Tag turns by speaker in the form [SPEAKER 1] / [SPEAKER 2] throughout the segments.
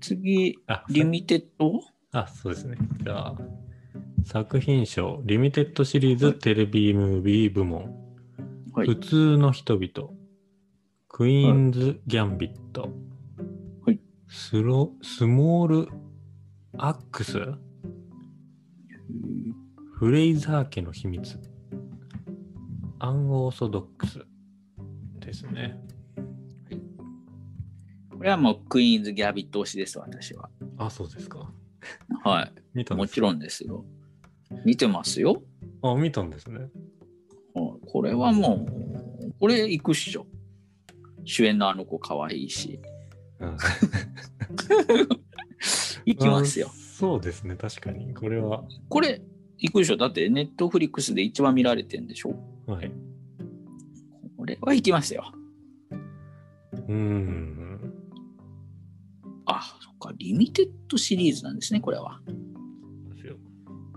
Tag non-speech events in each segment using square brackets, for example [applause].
[SPEAKER 1] 次、
[SPEAKER 2] あ
[SPEAKER 1] リミテッド
[SPEAKER 2] あ、そうですね。じゃあ、作品賞、リミテッドシリーズテレビムービー部門、
[SPEAKER 1] はい
[SPEAKER 2] 普。通の人々、クイーンズ・ギャンビット、
[SPEAKER 1] はい
[SPEAKER 2] スロ、スモール・アックス、フレイザー家の秘密、アンオーソドックスですね。
[SPEAKER 1] これはもうクイーンズ・ギャビット推しです、私は。
[SPEAKER 2] あ、そうですか。
[SPEAKER 1] は
[SPEAKER 2] 見
[SPEAKER 1] い。
[SPEAKER 2] たん
[SPEAKER 1] も
[SPEAKER 2] です
[SPEAKER 1] ちろんですよ。見てますよ。
[SPEAKER 2] あ、見たんですね。
[SPEAKER 1] はいこれはもう、これ行くっしょ。主演のあの子可愛いし。 [laughs]
[SPEAKER 2] うん
[SPEAKER 1] 行きますよ
[SPEAKER 2] あ。そうですね、確かに。これは、
[SPEAKER 1] これ行くでしょ。だってネットフリックスで一番見られてんでしょ。
[SPEAKER 2] はい。
[SPEAKER 1] これは行きますよ。
[SPEAKER 2] うーん。
[SPEAKER 1] あ、そっか。リミテッドシリーズなんですね、これは。
[SPEAKER 2] ですよ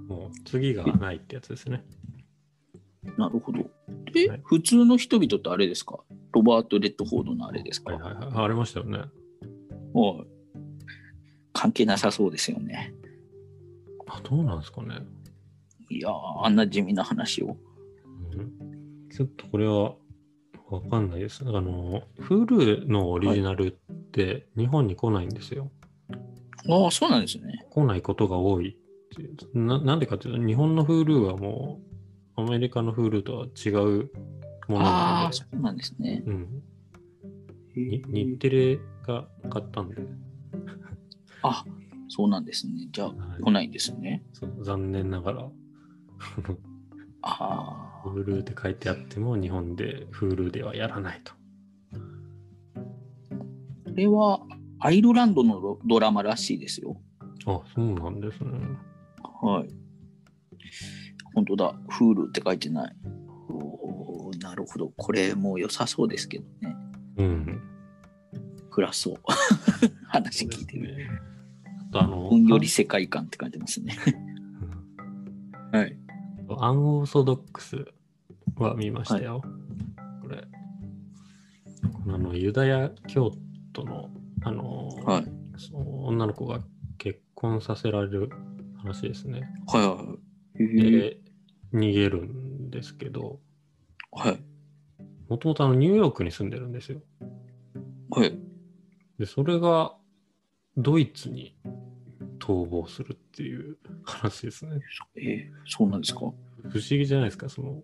[SPEAKER 2] もう次がないってやつですね。
[SPEAKER 1] なるほど。で、
[SPEAKER 2] はい
[SPEAKER 1] 普通の人々ってあれですかロバート・レッドフォードのあれですか、
[SPEAKER 2] はい
[SPEAKER 1] はい
[SPEAKER 2] はいはい。あありましたよね。
[SPEAKER 1] 関係なさそうですよね。
[SPEAKER 2] あ、どうなんですかね。
[SPEAKER 1] いやー、あんな地味な話を。
[SPEAKER 2] うんちょっとこれはわかんないです。あの、Hulu のオリジナルって日本に来ないんですよ。
[SPEAKER 1] ああ、そうなんですね。
[SPEAKER 2] 来ないことが多いっていうな。なんでかっていうと、日本の Hulu はもうアメリカの Hulu とは違うものな
[SPEAKER 1] あ
[SPEAKER 2] の
[SPEAKER 1] あ、
[SPEAKER 2] で
[SPEAKER 1] そ、うなんですね。
[SPEAKER 2] うん、に
[SPEAKER 1] へー
[SPEAKER 2] 日テレが買ったんで、
[SPEAKER 1] あそうなんですね。じゃあ、
[SPEAKER 2] はい
[SPEAKER 1] 来ないんですね。
[SPEAKER 2] そう残念ながら、
[SPEAKER 1] ああ、
[SPEAKER 2] Hulu って書いてあっても、日本で Hulu ではやらないと。
[SPEAKER 1] これはアイルランドのロドラマらしいですよ。
[SPEAKER 2] あ、そうなんですね。
[SPEAKER 1] はい。本当だ、フールって書いてない。おーなるほど。これもう良さそうですけどね。
[SPEAKER 2] うん。
[SPEAKER 1] 暗そう。 [laughs] 話聞いてる。
[SPEAKER 2] ね。あとあの、
[SPEAKER 1] うんより世界観って感じますね。 [laughs] はい。
[SPEAKER 2] アンオーソドックスは見ましたよ。これ。あのユダヤ教徒の、あのー
[SPEAKER 1] はい。
[SPEAKER 2] その女の子が結婚させられる話ですね。
[SPEAKER 1] はいはい。へー
[SPEAKER 2] で、逃げるんですけど、
[SPEAKER 1] はい。
[SPEAKER 2] もともとあのニューヨークに住んでるんですよ。
[SPEAKER 1] はい。
[SPEAKER 2] で、それがドイツに逃亡するっていう [laughs] 話ですね。
[SPEAKER 1] えー、そうなんですか。
[SPEAKER 2] 不思議じゃないですか、その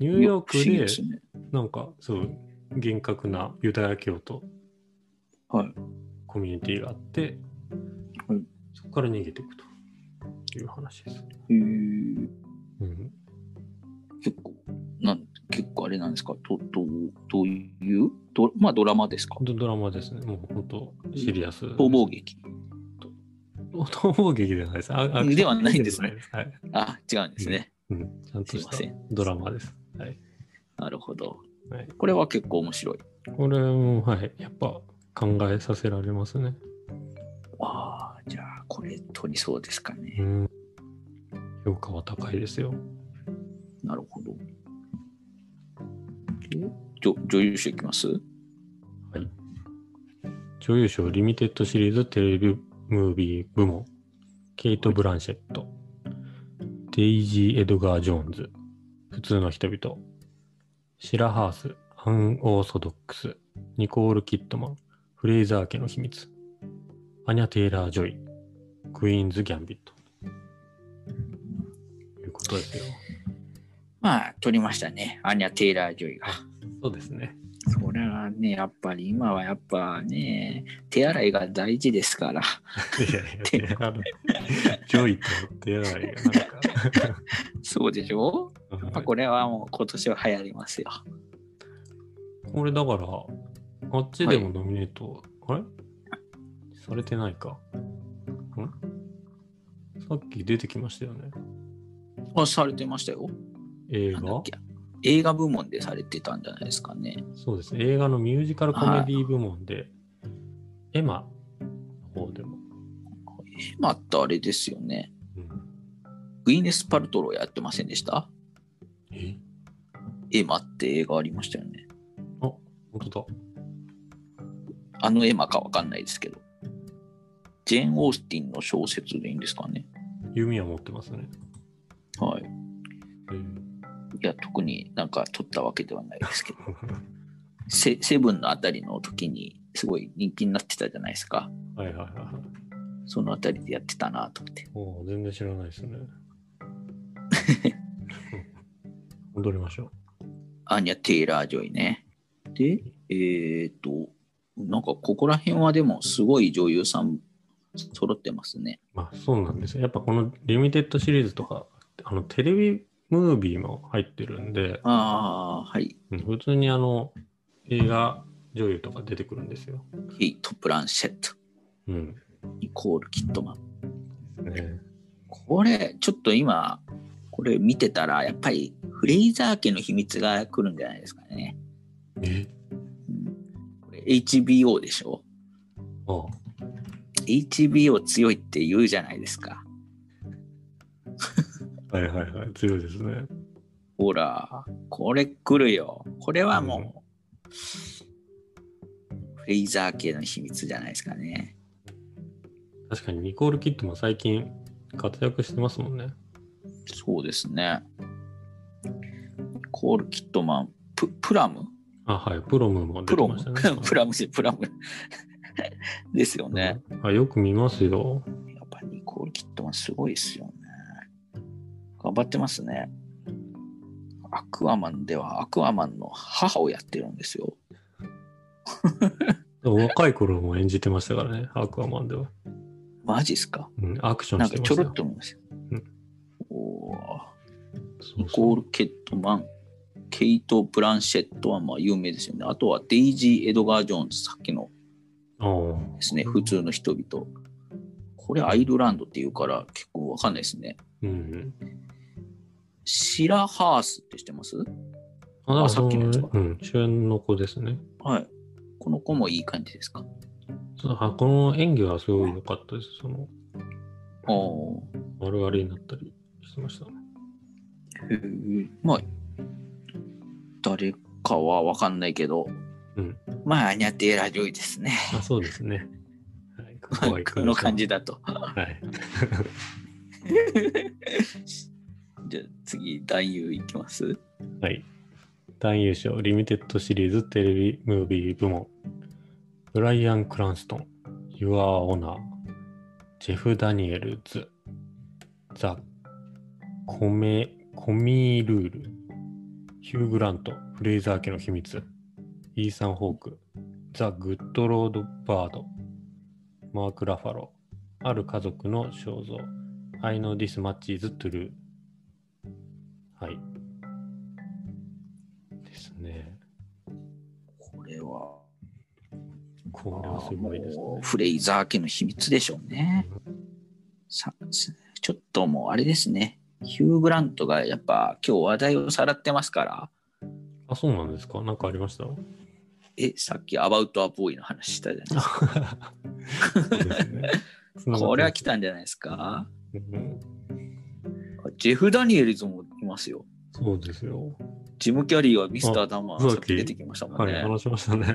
[SPEAKER 2] ニュー
[SPEAKER 1] いや
[SPEAKER 2] ヨー
[SPEAKER 1] 不思議
[SPEAKER 2] クで
[SPEAKER 1] ですね。
[SPEAKER 2] なんかそう厳格なユダヤ教徒
[SPEAKER 1] はい
[SPEAKER 2] コミュニティがあって、
[SPEAKER 1] はい
[SPEAKER 2] そこから逃げていくという話です。
[SPEAKER 1] へー
[SPEAKER 2] うん、
[SPEAKER 1] 結構なん結構あれなんですかどどうどういうどまあドラマですか
[SPEAKER 2] ドドラマですね。もう本当シリアス。
[SPEAKER 1] 逃亡劇
[SPEAKER 2] [laughs] 逃亡劇ではないです。あアクション
[SPEAKER 1] ではないんですね
[SPEAKER 2] ではないです。はい
[SPEAKER 1] あ違うんですね、
[SPEAKER 2] うん、ちゃんと
[SPEAKER 1] すい
[SPEAKER 2] し
[SPEAKER 1] ま
[SPEAKER 2] た
[SPEAKER 1] せん
[SPEAKER 2] ドラマです。はい
[SPEAKER 1] なるほど
[SPEAKER 2] はい、
[SPEAKER 1] これは結構面白い
[SPEAKER 2] これも、はい、やっぱ考えさせられますね。
[SPEAKER 1] ああじゃあこれ取りそうですか
[SPEAKER 2] う
[SPEAKER 1] ね
[SPEAKER 2] ん、評価は高いですよ。
[SPEAKER 1] なるほどで女女優賞いきます
[SPEAKER 2] 女優賞リミテッドシリーズテレビムービー部門、ケイト・ブランシェット、デイジー・エドガー・ジョーンズ、普通の人々、シラハース、アン・オーソドックス、ニコール・キットマン、フレイザー家の秘密、アニャ・テイラー・ジョイ、クイーンズ・ギャンビット。ということですよ。
[SPEAKER 1] まあ取りましたねアニャ・テイラー・ジョイが
[SPEAKER 2] そうですね。
[SPEAKER 1] それはねやっぱり今はやっぱね手洗いが大事ですから [laughs]
[SPEAKER 2] いやいや手洗い、ジョイと手洗いがなんか。
[SPEAKER 1] そうでしょやっぱこれはもう今年は流行りますよ
[SPEAKER 2] これだから、あっちでもノミネート、あれされてないか。んさっき出てきましたよね。
[SPEAKER 1] あされてましたよ
[SPEAKER 2] 映
[SPEAKER 1] なんだ
[SPEAKER 2] 画
[SPEAKER 1] っけ映画部門でされてたんじゃないですかね。
[SPEAKER 2] そうですね。映画のミュージカルコメディ部門で、エマの方でも。
[SPEAKER 1] またあれですよね。
[SPEAKER 2] うん、
[SPEAKER 1] グイネス・パルトローやってませんでした
[SPEAKER 2] え
[SPEAKER 1] エマって映画ありましたよね。
[SPEAKER 2] 本当
[SPEAKER 1] あのエマかわかんないですけど。ジェーン・オースティンの小説でいいんですかね。
[SPEAKER 2] 弓は持ってますね。
[SPEAKER 1] はい。
[SPEAKER 2] えー
[SPEAKER 1] いや、特になんか取ったわけではないですけど、セセブンのあたりの時にすごい人気になってたじゃないですか。
[SPEAKER 2] はいはいはいはい。
[SPEAKER 1] そのあたりでやってたなと思って。
[SPEAKER 2] おー全然知らないですね。 [laughs] 戻りましょ
[SPEAKER 1] アニャ・テイラー・ジョイね。で、えっ、と、なんかここら辺はでもすごい女優さん揃ってますね。
[SPEAKER 2] う。まあそうなんですよ。やっぱこのリミテッドシリーズとか、あのテレビムービーも入ってるんで、
[SPEAKER 1] ああ、はい。
[SPEAKER 2] うん普通にあの映画女優とか出てくるんですよ。
[SPEAKER 1] ヘイト・プランシェット、
[SPEAKER 2] うん。
[SPEAKER 1] ニコール・キットマン。
[SPEAKER 2] ね、
[SPEAKER 1] これ、ちょっと今、これ見てたら、やっぱりフレイザー家の秘密が来るんじゃないですかね。
[SPEAKER 2] え
[SPEAKER 1] うんこれ HBO でしょ
[SPEAKER 2] ああ
[SPEAKER 1] ?HBO 強いって言うじゃないですか。
[SPEAKER 2] はいはいはい。強いですね。
[SPEAKER 1] ほら、これ来るよ。これはもう、フレイザー系の秘密じゃないですかね。
[SPEAKER 2] 確かにニコール・キッドも最近活躍してますもんね。
[SPEAKER 1] そうですね。コール・キットマン、ププラム
[SPEAKER 2] あ、はい。プロムも
[SPEAKER 1] プ
[SPEAKER 2] 出て
[SPEAKER 1] ロ
[SPEAKER 2] ま
[SPEAKER 1] ム [laughs]
[SPEAKER 2] したね。
[SPEAKER 1] プラムじゃプラム。ですよね。
[SPEAKER 2] あよく見ますよ。
[SPEAKER 1] やっぱニコール・キットマンすごいですよね。頑張ってますね。アクアマンではアクアマンの母をやってるんですよ。
[SPEAKER 2] でも若い頃も演じてましたからね、アクアマンでは。
[SPEAKER 1] マジっすか
[SPEAKER 2] うん、アクション
[SPEAKER 1] なん
[SPEAKER 2] して
[SPEAKER 1] かち
[SPEAKER 2] まし
[SPEAKER 1] ょ
[SPEAKER 2] た
[SPEAKER 1] ろっ
[SPEAKER 2] よ。
[SPEAKER 1] と見ました。
[SPEAKER 2] うん
[SPEAKER 1] おー
[SPEAKER 2] そ
[SPEAKER 1] ニ
[SPEAKER 2] うそ
[SPEAKER 1] コー
[SPEAKER 2] う
[SPEAKER 1] ル・ケットマン、ケイト・ブランシェットはまあ有名ですよね。あとはデイジー・エドガー・ジョーンズ、さっきの
[SPEAKER 2] あ
[SPEAKER 1] ですね、
[SPEAKER 2] うん
[SPEAKER 1] 普通の人々。これアイルランドっていうから結構わかんないですね。
[SPEAKER 2] あ、うん。
[SPEAKER 1] シラハースって知ってます
[SPEAKER 2] あ、だから
[SPEAKER 1] あさっきのやつか
[SPEAKER 2] そうん、主演の子ですね。
[SPEAKER 1] はい。この子もいい感じですか
[SPEAKER 2] そうあこの演技はすごい良かったです。その、
[SPEAKER 1] ああ。
[SPEAKER 2] 丸割りになったりしてまし
[SPEAKER 1] [laughs]
[SPEAKER 2] たね。
[SPEAKER 1] へえまあ誰かは分かんないけど、
[SPEAKER 2] うん
[SPEAKER 1] まあアニャテーラジョイですね。
[SPEAKER 2] あ、そうですね。はい、ここは
[SPEAKER 1] [laughs]
[SPEAKER 2] い
[SPEAKER 1] この感じだと。
[SPEAKER 2] はい。
[SPEAKER 1] じゃあ次男優いきます。
[SPEAKER 2] はい。男優賞、リミテッドシリーズテレビムービー部門。ブライアン・クランストン、ユア・オナー、ジェフ・ダニエルズ、ザ・コメ、コミールール、ヒュー・グラント、フレイザー家の秘密、イーサン・ホーク、ザ・グッド・ロード・バード、マーク・ラファロー、ある家族の肖像、I know this much is true。はい。ですね。
[SPEAKER 1] これは
[SPEAKER 2] これはすごいですね。
[SPEAKER 1] もうフレイザー家の秘密でしょうね。さちょっともうあれですね。ヒュー・グラントがやっぱ今日話題をさらってますから、
[SPEAKER 2] あ、そうなんですかなんかありました
[SPEAKER 1] [laughs] え、さっきアバウト・ア・ボーイの話したじゃないですか。
[SPEAKER 2] そうですね
[SPEAKER 1] これは来たんじゃないですか。
[SPEAKER 2] うん
[SPEAKER 1] ジェフ・ダニエルズもいますよ。
[SPEAKER 2] そうですよ。
[SPEAKER 1] ジム・キャリーはミスター・ダマ
[SPEAKER 2] あ
[SPEAKER 1] ー
[SPEAKER 2] そう
[SPEAKER 1] さ
[SPEAKER 2] だ
[SPEAKER 1] っき
[SPEAKER 2] っけ
[SPEAKER 1] 出てきましたもん
[SPEAKER 2] はい、
[SPEAKER 1] ね。
[SPEAKER 2] 話しましたね。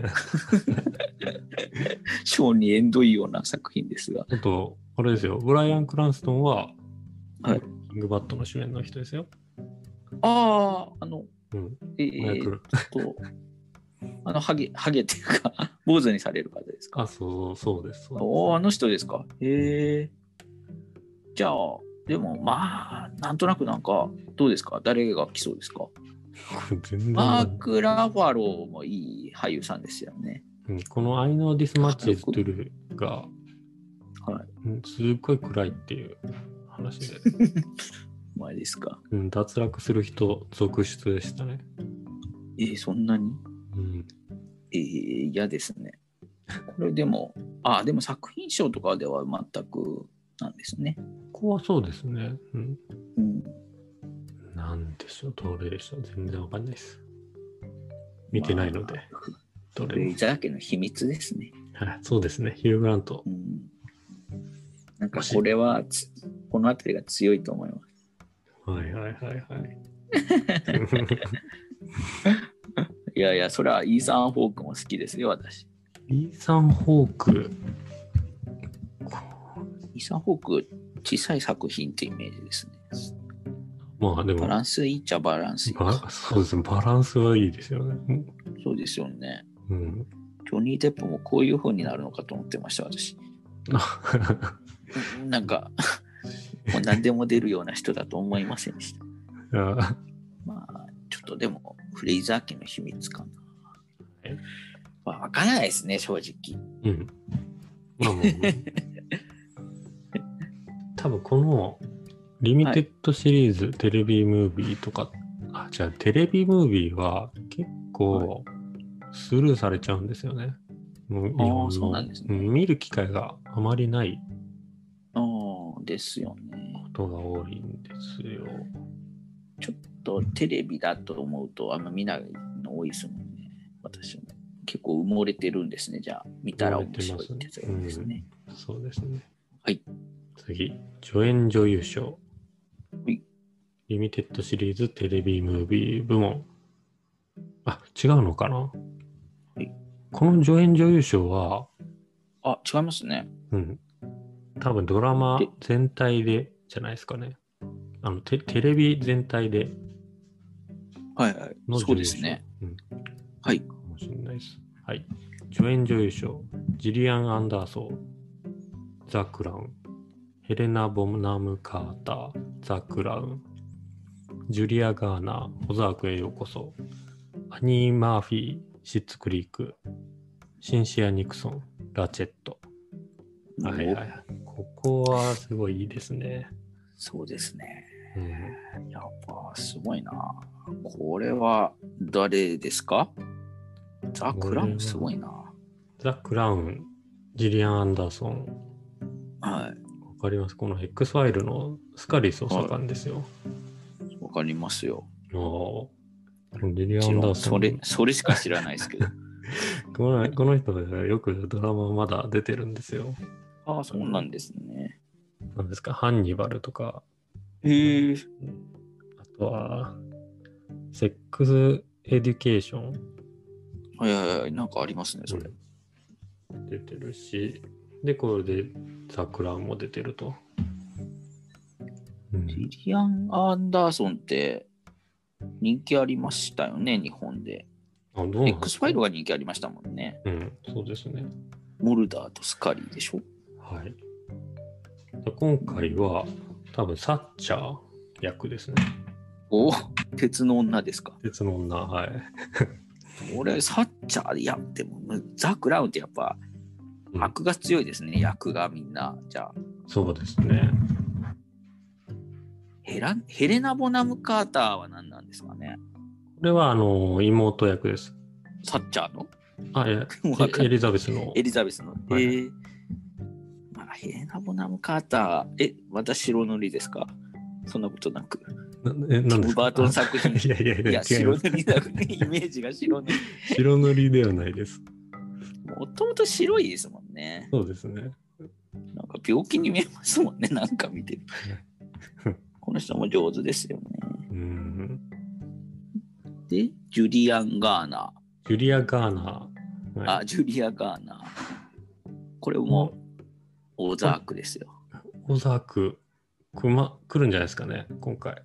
[SPEAKER 2] [laughs]
[SPEAKER 1] ショーに縁遠いような作品ですが。
[SPEAKER 2] あと、あれですよ。ブライアン・クランストンは、
[SPEAKER 1] はい
[SPEAKER 2] キングバットの主演の人ですよ。
[SPEAKER 1] ああ、あの、
[SPEAKER 2] うん。
[SPEAKER 1] え
[SPEAKER 2] 麻
[SPEAKER 1] ーっ
[SPEAKER 2] 薬
[SPEAKER 1] と、あの、ハゲ、ハゲっていうか、坊主にされる方ですか。
[SPEAKER 2] あ、そうそう、そうです。そうです
[SPEAKER 1] おお、あの人ですか。へえ。じゃあ、でも、まあ、なんとなくなんか、どうですか誰が来そうですか
[SPEAKER 2] これ全然
[SPEAKER 1] マーク・ラファローもいい俳優さんですよね。
[SPEAKER 2] うんこの I know this much is true が、
[SPEAKER 1] は
[SPEAKER 2] うんすっごい暗いっていう
[SPEAKER 1] [laughs]
[SPEAKER 2] 話で、
[SPEAKER 1] まあ、ですか。
[SPEAKER 2] うん、脱落する人続出でしたね。
[SPEAKER 1] えー、そんなに
[SPEAKER 2] うん。
[SPEAKER 1] えー嫌ですね。これでも、あでも作品賞とかでは全くなんですね。
[SPEAKER 2] ここはそうですね。うん。
[SPEAKER 1] うん、
[SPEAKER 2] なんでしょう、どれでしょう、全然わかんないです。見てないので、ど
[SPEAKER 1] こ
[SPEAKER 2] れ
[SPEAKER 1] れ、
[SPEAKER 2] も。
[SPEAKER 1] ザー家の秘密ですね。
[SPEAKER 2] はい、そうですね、ヒュー・グラント
[SPEAKER 1] う。ん、なんかこれはつ、この辺りが強いと思います。
[SPEAKER 2] はいはいはい
[SPEAKER 1] [laughs]
[SPEAKER 2] はい。
[SPEAKER 1] いやいや、それはイーサン・ホークも好きですよ、私。
[SPEAKER 2] リーサン・ホーク。こ
[SPEAKER 1] イサン・ホーク、小さい作品ってイメージですね。
[SPEAKER 2] まあで
[SPEAKER 1] バ
[SPEAKER 2] も、
[SPEAKER 1] ランスいいっちゃバランスいいか。
[SPEAKER 2] ばそうですね、バランスはいいですよね。
[SPEAKER 1] そうですよね。
[SPEAKER 2] うん。
[SPEAKER 1] ジョニー・デップもこういう風になるのかと思ってました、私。
[SPEAKER 2] あ
[SPEAKER 1] うんなんか、 [laughs] もう何でも出るような人だと思いませんでした。
[SPEAKER 2] い [laughs] や
[SPEAKER 1] まあ、ちょっとでも、フレイザー家の秘密かな
[SPEAKER 2] え。
[SPEAKER 1] まあ、わからないですね、正直。
[SPEAKER 2] うん。まあもう。
[SPEAKER 1] [laughs]
[SPEAKER 2] 多分この、リミテッドシリーズ、テレビムービーとか、あ、じゃあテレビムービーは結構スルーされちゃうんですよね。もう日本の
[SPEAKER 1] そうなんですね
[SPEAKER 2] うん見る機会があまりない
[SPEAKER 1] うん、ですよね。
[SPEAKER 2] ことが多いんですよ。
[SPEAKER 1] ちょっとテレビだと思うとあんま見ないの多いですもんね。私も。結構埋もれてるんですね。じゃあ、見たら面白いってやつがですね。
[SPEAKER 2] そうですね。
[SPEAKER 1] はい。
[SPEAKER 2] 次、助演女優賞。
[SPEAKER 1] はい
[SPEAKER 2] リミテッドシリーズテレビムービー部門。あ、違うのかな、
[SPEAKER 1] い
[SPEAKER 2] この助演女優賞は、
[SPEAKER 1] あ、違いますね。
[SPEAKER 2] うん、多分ドラマ
[SPEAKER 1] で
[SPEAKER 2] 全体でじゃないですかね。あのテテレビ全体で
[SPEAKER 1] はいはい
[SPEAKER 2] の。
[SPEAKER 1] そう
[SPEAKER 2] 女
[SPEAKER 1] で
[SPEAKER 2] 優
[SPEAKER 1] す
[SPEAKER 2] 賞
[SPEAKER 1] ね。。
[SPEAKER 2] うん、
[SPEAKER 1] はい
[SPEAKER 2] かもしれないです。はい。助演女優賞、ジリアン・アンダーソン、ザ・クラウン、ヘレナ・ボムナム・カーター、ザ・クラウン、ジュリア・ガーナー、オザークへようこそ、アニー・マーフィー、シッツ・クリーク、シンシア・ニクソン、ラチェット。はいはいはい。ここはすごいいいですね。
[SPEAKER 1] そうですね。
[SPEAKER 2] うん
[SPEAKER 1] やっぱすごいな。これは誰ですかザ・クラムすごいな。
[SPEAKER 2] ザ・クラウン、ジリアン・アンダーソン、
[SPEAKER 1] はい。
[SPEAKER 2] わかります。この X ファイルのスカリス捜査官ですよ。
[SPEAKER 1] わかりますよ。
[SPEAKER 2] あのジ
[SPEAKER 1] も
[SPEAKER 2] リアン・ア
[SPEAKER 1] ち
[SPEAKER 2] ンダ
[SPEAKER 1] ろ
[SPEAKER 2] ー
[SPEAKER 1] ん
[SPEAKER 2] ソン。
[SPEAKER 1] それ、それしか知らないですけど。 [laughs]
[SPEAKER 2] このこの人がよくドラマまだ出てるんですよ。
[SPEAKER 1] ああ、そうなんですね。
[SPEAKER 2] なんですか、ハンニバルとか、
[SPEAKER 1] へえ。
[SPEAKER 2] あとは、セックス・エデュケーション。
[SPEAKER 1] はいはいはい。なんかありますね、それ。
[SPEAKER 2] 出てるし、で、これでザ・クラウンも出てると。うん
[SPEAKER 1] リリアン・アンダーソンって人気ありましたよね、日本で。
[SPEAKER 2] あ、どうなんです
[SPEAKER 1] X フ
[SPEAKER 2] か
[SPEAKER 1] ァイルが人気ありましたもんね。
[SPEAKER 2] うん、そうですね。
[SPEAKER 1] モルダーとスカリーでしょ
[SPEAKER 2] はい。今回は、多分サッチャー役ですね。
[SPEAKER 1] お鉄の女ですか。
[SPEAKER 2] 鉄の女、はい。
[SPEAKER 1] 俺、サッチャーでやっても、ザ・クラウンってやっぱ
[SPEAKER 2] うん
[SPEAKER 1] 悪が強いですね、役がみんな。じゃあ、
[SPEAKER 2] そうですね。
[SPEAKER 1] ヘラヘレナ・ボナム・カーターは何なんですかね
[SPEAKER 2] これは、あの、妹役です。
[SPEAKER 1] サッチャーの
[SPEAKER 2] あ、いや
[SPEAKER 1] [laughs] わかんな、い
[SPEAKER 2] エリザベスの
[SPEAKER 1] エ。リザベスの。
[SPEAKER 2] はい
[SPEAKER 1] えーまあ、ヘレナ・ボナム・カーター、え、私白塗りですかそんなことなく。
[SPEAKER 2] なえ、なんで
[SPEAKER 1] ム
[SPEAKER 2] すか
[SPEAKER 1] バートン作品
[SPEAKER 2] [laughs] いやいやいや、
[SPEAKER 1] いや、
[SPEAKER 2] 違いま
[SPEAKER 1] 白
[SPEAKER 2] す
[SPEAKER 1] 塗りだね。 [laughs] イメージが白塗り。
[SPEAKER 2] 白塗りではないです。
[SPEAKER 1] もともと白いですもんね。
[SPEAKER 2] そうですね。
[SPEAKER 1] なんか病気に見えますもんね。 [laughs] なんか見
[SPEAKER 2] [laughs]
[SPEAKER 1] てる。この人も上手ですよね。
[SPEAKER 2] うん。
[SPEAKER 1] で、ジュリアン・ガーナ
[SPEAKER 2] ジュリア・ガーナー。
[SPEAKER 1] ー。
[SPEAKER 2] はい
[SPEAKER 1] あ、ジュリア・ガーナー。これもオザークですよ。
[SPEAKER 2] オザーク、くま、来るんじゃないですかね、今回。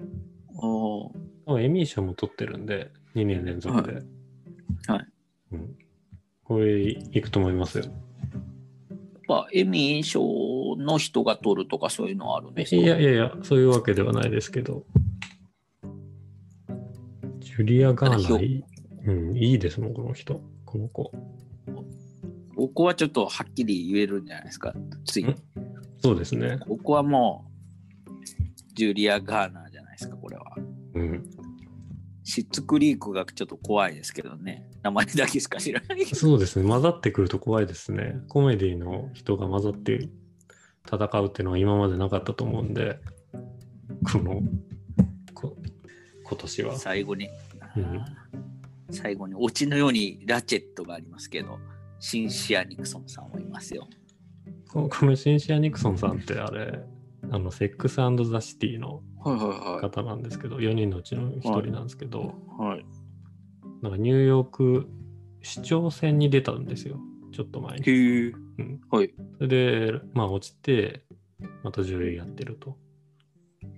[SPEAKER 1] おー
[SPEAKER 2] 多分エミー賞も取ってるんで、2年連続で。
[SPEAKER 1] はいはい
[SPEAKER 2] うん、これ、いくと思いますよ。
[SPEAKER 1] やっぱエミー賞の人が取るとかそういうのはあるんですか
[SPEAKER 2] いやいやいや、そういうわけではないですけど。ジュリア・ガーナーいい、うん、いいですもん、この人。この子。
[SPEAKER 1] ここはちょっとはっきり言えるんじゃないですか。つい
[SPEAKER 2] んそうですね。
[SPEAKER 1] ここはもう、ジュリア・ガーナーじゃないですか、これは。
[SPEAKER 2] うん。
[SPEAKER 1] シッツクリークがちょっと怖いですけどね。名前だけしか知らないけど。
[SPEAKER 2] そうですね。混ざってくると怖いですね。コメディの人が混ざって戦うっていうのは今までなかったと思うんで、この、こ今年は。
[SPEAKER 1] 最後に、
[SPEAKER 2] うん
[SPEAKER 1] 最後に、オチのようにラチェットがありますけど、シンシア・ニクソンさんもいますよ。
[SPEAKER 2] ここのシンシア・ニクソンさんってあれ、あの、セックスザ・シティの
[SPEAKER 1] はいは
[SPEAKER 2] 方なんですけど、4人のうちの1人なんですけど、
[SPEAKER 1] いはい。はい、
[SPEAKER 2] なんかニューヨーク市長選に出たんですよ、ちょっと前に。
[SPEAKER 1] へえ。
[SPEAKER 2] うん
[SPEAKER 1] はい。
[SPEAKER 2] それで、まあ落ちて、また女優やってると。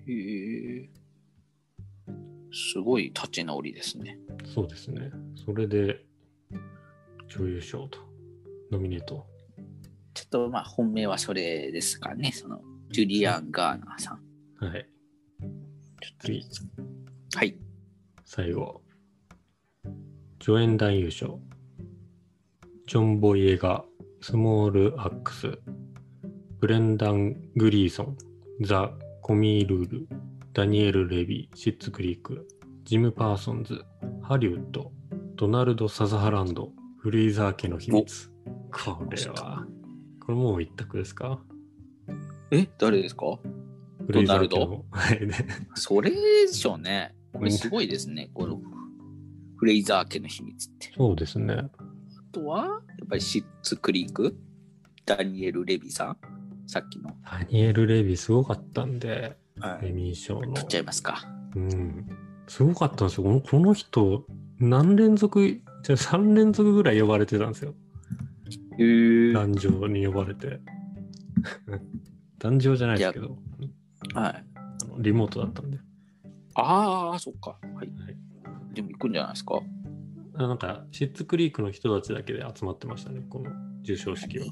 [SPEAKER 1] へえ。すごい立ち直りですね。
[SPEAKER 2] そうですね。それで、女優賞と、ノミネート。
[SPEAKER 1] ちょっとまあ本命はそれですかね。そのジュリアン・ガーナーさん。
[SPEAKER 2] はい。次、
[SPEAKER 1] はい。
[SPEAKER 2] 最後。助演男優賞。ジョン・ボイエガ、スモール・アックス、ブレンダン・グリーソン、ザ・コミールール、ダニエル・レビー、シッツ・クリーク、ジム・パーソンズ、ハリウッド、ドナルド・サザハランド、フリーザー家の秘密。これは、これもう一択ですか
[SPEAKER 1] え、誰ですか
[SPEAKER 2] フリーザー家
[SPEAKER 1] ドナ
[SPEAKER 2] の。はいね。
[SPEAKER 1] それでしょうね。これすごいですね。このフレイザー家の秘密って。
[SPEAKER 2] そうですね。
[SPEAKER 1] あとは、やっぱりシッツ・クリーク、ダニエル・レビさん、さっきの。
[SPEAKER 2] ダニエル・レビーすごかったんで、エミー賞の。
[SPEAKER 1] 取っちゃいますか。
[SPEAKER 2] うん、すごかったんですよ。このこの人、何連続、じゃ3連続ぐらい呼ばれてたんですよ。
[SPEAKER 1] へえ
[SPEAKER 2] 壇上に呼ばれて。 [laughs] 壇上じゃないですけど、
[SPEAKER 1] はい。
[SPEAKER 2] あのリモートだったんで。
[SPEAKER 1] ああ、そっか。はい。
[SPEAKER 2] はい
[SPEAKER 1] でも行くんじゃないですか。 [laughs]
[SPEAKER 2] あなんか、シッツクリークの人たちだけで集まってましたね、この授賞式は。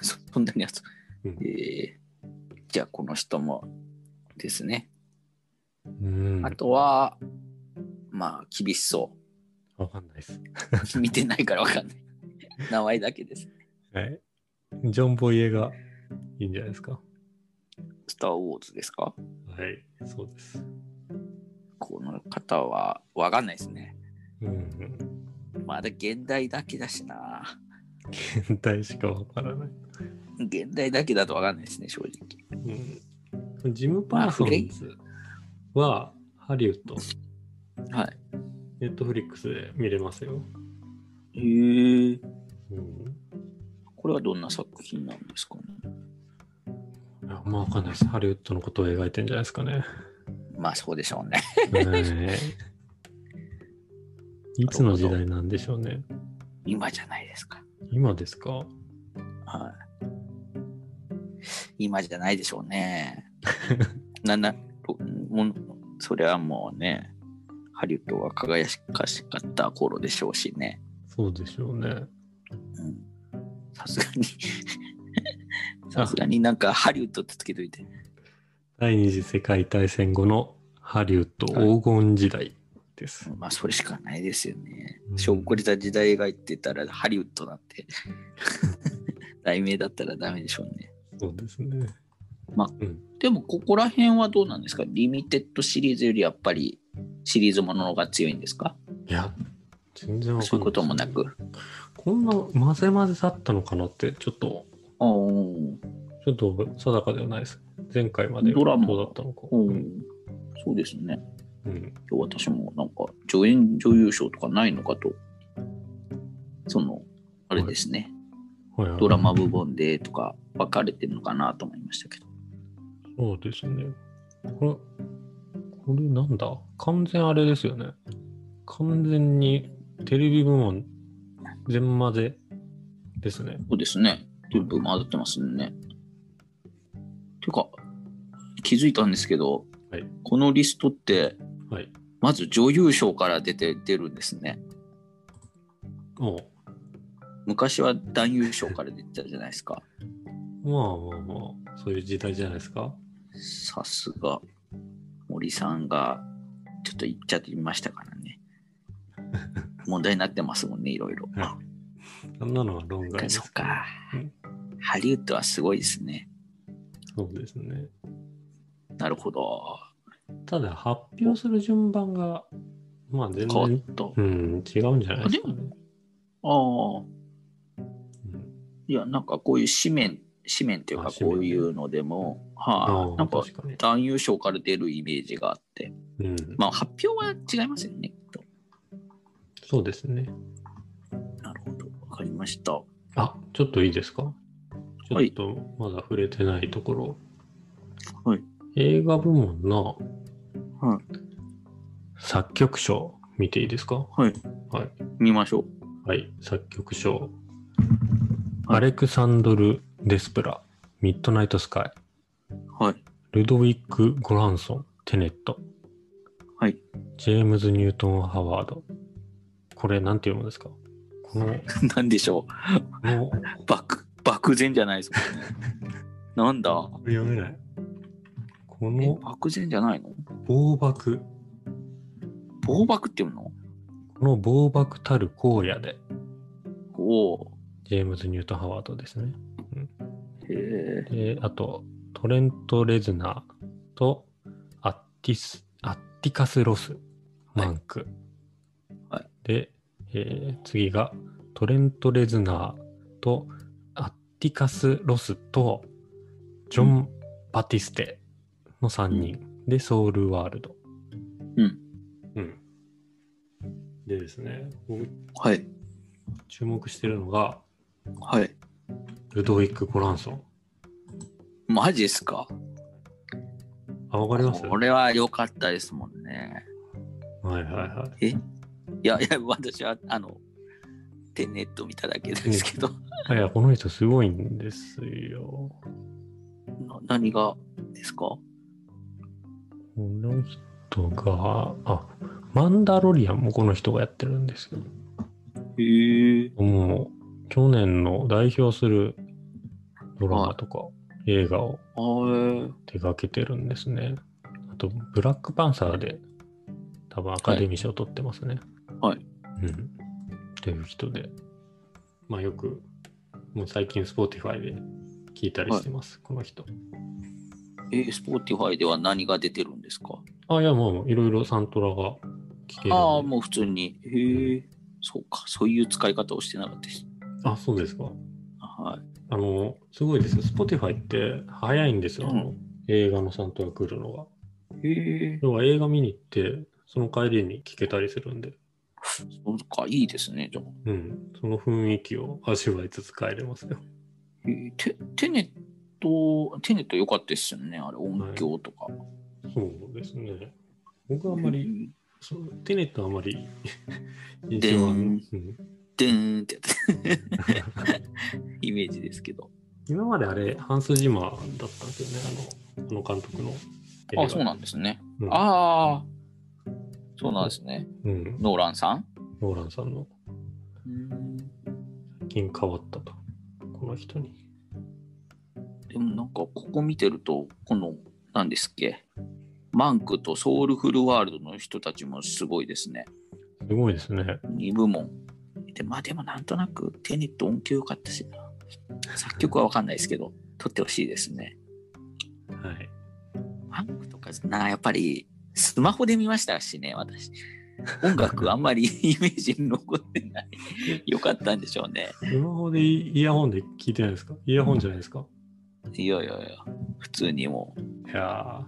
[SPEAKER 1] そそんなにやつ。
[SPEAKER 2] うん
[SPEAKER 1] えーじゃあ、この人もですね。
[SPEAKER 2] うん、
[SPEAKER 1] あとは、まあ、厳しそ
[SPEAKER 2] わかんないです。
[SPEAKER 1] う。見てないからわかんない。名前だけです。
[SPEAKER 2] はい。ジョン・ボイエがいいんじゃないですか。は
[SPEAKER 1] スター・ウォーズですか
[SPEAKER 2] い、そうです。
[SPEAKER 1] この方はわかんないですね。
[SPEAKER 2] うん、
[SPEAKER 1] まだ現代だけだしな。
[SPEAKER 2] 現代しかわからない。
[SPEAKER 1] 現代だけだとわかんないですね、正直。
[SPEAKER 2] うん、ジム・パーソンズはハリウッド、
[SPEAKER 1] はい。
[SPEAKER 2] ネットフリックスで見れますよ。
[SPEAKER 1] へえ。
[SPEAKER 2] うん、
[SPEAKER 1] これはどんな作品なんですかね。
[SPEAKER 2] いやまあわかんないです。ハリウッドのことを描いてんじゃないですか [laughs] ね。
[SPEAKER 1] まあ、そうでしょうね。 [laughs]
[SPEAKER 2] はいいつの時代なんでしょうね。
[SPEAKER 1] 今じゃないですか。
[SPEAKER 2] 今ですか
[SPEAKER 1] はい。今じゃないでしょうね。 [laughs] なんな、ともうそれはもうね、ハリウッドが輝かしかった頃でしょうしね。
[SPEAKER 2] そうでしょうね。
[SPEAKER 1] うんさすがに、さすがになんかハリウッドってつけといて。
[SPEAKER 2] 第二次世界大戦後のハリウッド黄金時代です。
[SPEAKER 1] まあ、それしかないですよね
[SPEAKER 2] う。ん
[SPEAKER 1] しょんこりた時代描いてたらハリウッドなん
[SPEAKER 2] [laughs]
[SPEAKER 1] て、題名だったらダメでしょうね。
[SPEAKER 2] そうですね。
[SPEAKER 1] まあ
[SPEAKER 2] うん、
[SPEAKER 1] でも、ここら辺はどうなんですかリミテッドシリーズよりやっぱりシリーズものの方が強いんですか
[SPEAKER 2] いや、全然わかんない。
[SPEAKER 1] そういうこともな。く。
[SPEAKER 2] こんな混ぜ混ぜだったのかなって、ちょっと
[SPEAKER 1] おー
[SPEAKER 2] ちょっと定かではないです。前回まで
[SPEAKER 1] ドラマ
[SPEAKER 2] どうだったのか。
[SPEAKER 1] お
[SPEAKER 2] う
[SPEAKER 1] ー
[SPEAKER 2] ん
[SPEAKER 1] そうですね。
[SPEAKER 2] うん
[SPEAKER 1] 私もなんか助演女優賞とかないのかと。その、あれですね。
[SPEAKER 2] はいはい
[SPEAKER 1] ドラマ部門でとか分かれてるのかなと思いましたけど。
[SPEAKER 2] そうですね。これ、これなんだ完全あれですよね。完全にテレビ部門全混ぜですね。
[SPEAKER 1] そうですね。全部混ざってますね。てか、気づいたんですけど、
[SPEAKER 2] はい
[SPEAKER 1] このリストって、
[SPEAKER 2] はい。
[SPEAKER 1] まず女優賞から出て出るんですね。
[SPEAKER 2] おう
[SPEAKER 1] 昔は男優賞から出てたじゃないですか。
[SPEAKER 2] まあまあまあ、そういう時代じゃないですか。
[SPEAKER 1] さすが、森さんが、ちょっと言っちゃってみましたから
[SPEAKER 2] [laughs]
[SPEAKER 1] ね。問題になってますもんね、いろいろ。
[SPEAKER 2] はあんなのは論外です。
[SPEAKER 1] そっか
[SPEAKER 2] うん。
[SPEAKER 1] ハリウッドはすごいですね。
[SPEAKER 2] そうですね。
[SPEAKER 1] なるほど。
[SPEAKER 2] ただ、発表する順番が、まあ全
[SPEAKER 1] 変わ
[SPEAKER 2] 然、
[SPEAKER 1] った。
[SPEAKER 2] うん、違うんじゃないですかね。
[SPEAKER 1] ああ。
[SPEAKER 2] うん
[SPEAKER 1] いや、なんかこういう紙面、紙面っていう
[SPEAKER 2] あ
[SPEAKER 1] か、
[SPEAKER 2] 紙面
[SPEAKER 1] こういうのでも、は
[SPEAKER 2] あ
[SPEAKER 1] い、
[SPEAKER 2] あ
[SPEAKER 1] なんか
[SPEAKER 2] 確かに。
[SPEAKER 1] 男優賞から出るイメージがあって、
[SPEAKER 2] うん、
[SPEAKER 1] まあ発表は違いますよね、きっと。
[SPEAKER 2] そうですね。
[SPEAKER 1] なるほど、わかりました。は
[SPEAKER 2] あ、ちょっといいですかちょ
[SPEAKER 1] は
[SPEAKER 2] っ
[SPEAKER 1] い
[SPEAKER 2] とまだ触れてないところ。
[SPEAKER 1] はい
[SPEAKER 2] 映画部門の
[SPEAKER 1] はい
[SPEAKER 2] 作曲賞見ていいですか
[SPEAKER 1] い、
[SPEAKER 2] はい、
[SPEAKER 1] 見ましょう。
[SPEAKER 2] はい、作曲賞。
[SPEAKER 1] はい
[SPEAKER 2] アレクサンドル・デスプラ、ミッドナイト・スカイ、ルドウィック・ゴランソン、テネット。
[SPEAKER 1] はい。
[SPEAKER 2] ジェームズ・ニュートン・ハワード。これ、なんて読むんですかこ
[SPEAKER 1] [laughs]
[SPEAKER 2] の、こ
[SPEAKER 1] なんでしょ
[SPEAKER 2] の、
[SPEAKER 1] う。漠漠然じゃないですもんね。
[SPEAKER 2] [laughs]
[SPEAKER 1] なんだ
[SPEAKER 2] これ読めない。こ
[SPEAKER 1] え
[SPEAKER 2] の、
[SPEAKER 1] 漠然じゃないの
[SPEAKER 2] 暴漠。
[SPEAKER 1] 暴漠っていうの
[SPEAKER 2] この暴漠たる荒野で、
[SPEAKER 1] おお。
[SPEAKER 2] ジェームズ・ニュートン・ハワードですね。
[SPEAKER 1] へえ。
[SPEAKER 2] で、あと、トレント・レズナーとアッティス、アッティカス・ロス、マンク。
[SPEAKER 1] はい
[SPEAKER 2] で、えー次が、トレント・レズナーとアッティカス・ロスとジョ
[SPEAKER 1] う
[SPEAKER 2] ン・バティステの3人、で、ソウル・ワールド。
[SPEAKER 1] うん。
[SPEAKER 2] うん。でですね、僕
[SPEAKER 1] はい。
[SPEAKER 2] 注目してるのが、
[SPEAKER 1] はい。
[SPEAKER 2] ルドウィック・ゴランソン。
[SPEAKER 1] マジっすか
[SPEAKER 2] あ、わかります
[SPEAKER 1] こ
[SPEAKER 2] はい
[SPEAKER 1] れは良かったですもんね。
[SPEAKER 2] はいはい。
[SPEAKER 1] いやいや、私は、あの、テネット見ただけですけど、
[SPEAKER 2] いや、この人すごいんですよ。
[SPEAKER 1] な何がですか
[SPEAKER 2] この人が、あ、マンダロリアンもこの人がやってるんですよ。
[SPEAKER 1] へえ。
[SPEAKER 2] もう、去年の代表するドラマとか映画を
[SPEAKER 1] はい。
[SPEAKER 2] 手掛けてるんですね。あと、ブラックパンサーで多分アカデミー賞を取ってますね。
[SPEAKER 1] はいは
[SPEAKER 2] うん。という人で。まあよく、もう最近 Spotify で聞いたりしてます、この人。
[SPEAKER 1] えー、スポーティファイでは何が出てるんですか
[SPEAKER 2] あ、いや、もういろいろサントラが聞けるんで。
[SPEAKER 1] ああ、もう普通に。へえ、そうか、そういう使い方をしてなかったです。
[SPEAKER 2] あ、そうですか。
[SPEAKER 1] は
[SPEAKER 2] あの、すごいですよ。Spotify って早いんですよ。あの
[SPEAKER 1] う
[SPEAKER 2] 映画のサントラ来るのが。
[SPEAKER 1] い。へえ、
[SPEAKER 2] 要は映画見に行って、その帰りに聞けたりするんで、
[SPEAKER 1] そうか、いいですね。じゃあ
[SPEAKER 2] うん。その雰囲気を味わいつつ帰れますよ。
[SPEAKER 1] へえテテネット、テネット良かったですよね、あれ、音響とか。
[SPEAKER 2] そうですね。僕はあんまり、そうテネットはあんまり [laughs] 印
[SPEAKER 1] で
[SPEAKER 2] 象は、うんん、
[SPEAKER 1] でーんってや [laughs] って、イメージですけど。
[SPEAKER 2] 今まであれ、ハンス・ジマーだったんですよね。あの、あの監督の映画。
[SPEAKER 1] あ、そうなんですね。
[SPEAKER 2] うん
[SPEAKER 1] ああ、そうなんですね。
[SPEAKER 2] うん。
[SPEAKER 1] ノーランさん
[SPEAKER 2] ノーランさんの
[SPEAKER 1] うん
[SPEAKER 2] 最近変わったと。この人に。
[SPEAKER 1] でもなんかここ見てるとこの何ですっけマンクとソウルフルワールドの人たちもすごいですね
[SPEAKER 2] すごいですね。
[SPEAKER 1] 2部門でまあでもなんとなくテネット音響良かったしな作曲は分かんないですけど撮ってほしいですね
[SPEAKER 2] はい。
[SPEAKER 1] マンクとかなやっぱりスマホで見ましたしね私音楽あんまり [laughs] イメージに残ってない良かったんでしょうね
[SPEAKER 2] スマホでイヤホンで聞いてないですかイヤホンじゃないですか、
[SPEAKER 1] いやいやいや普通にも
[SPEAKER 2] いや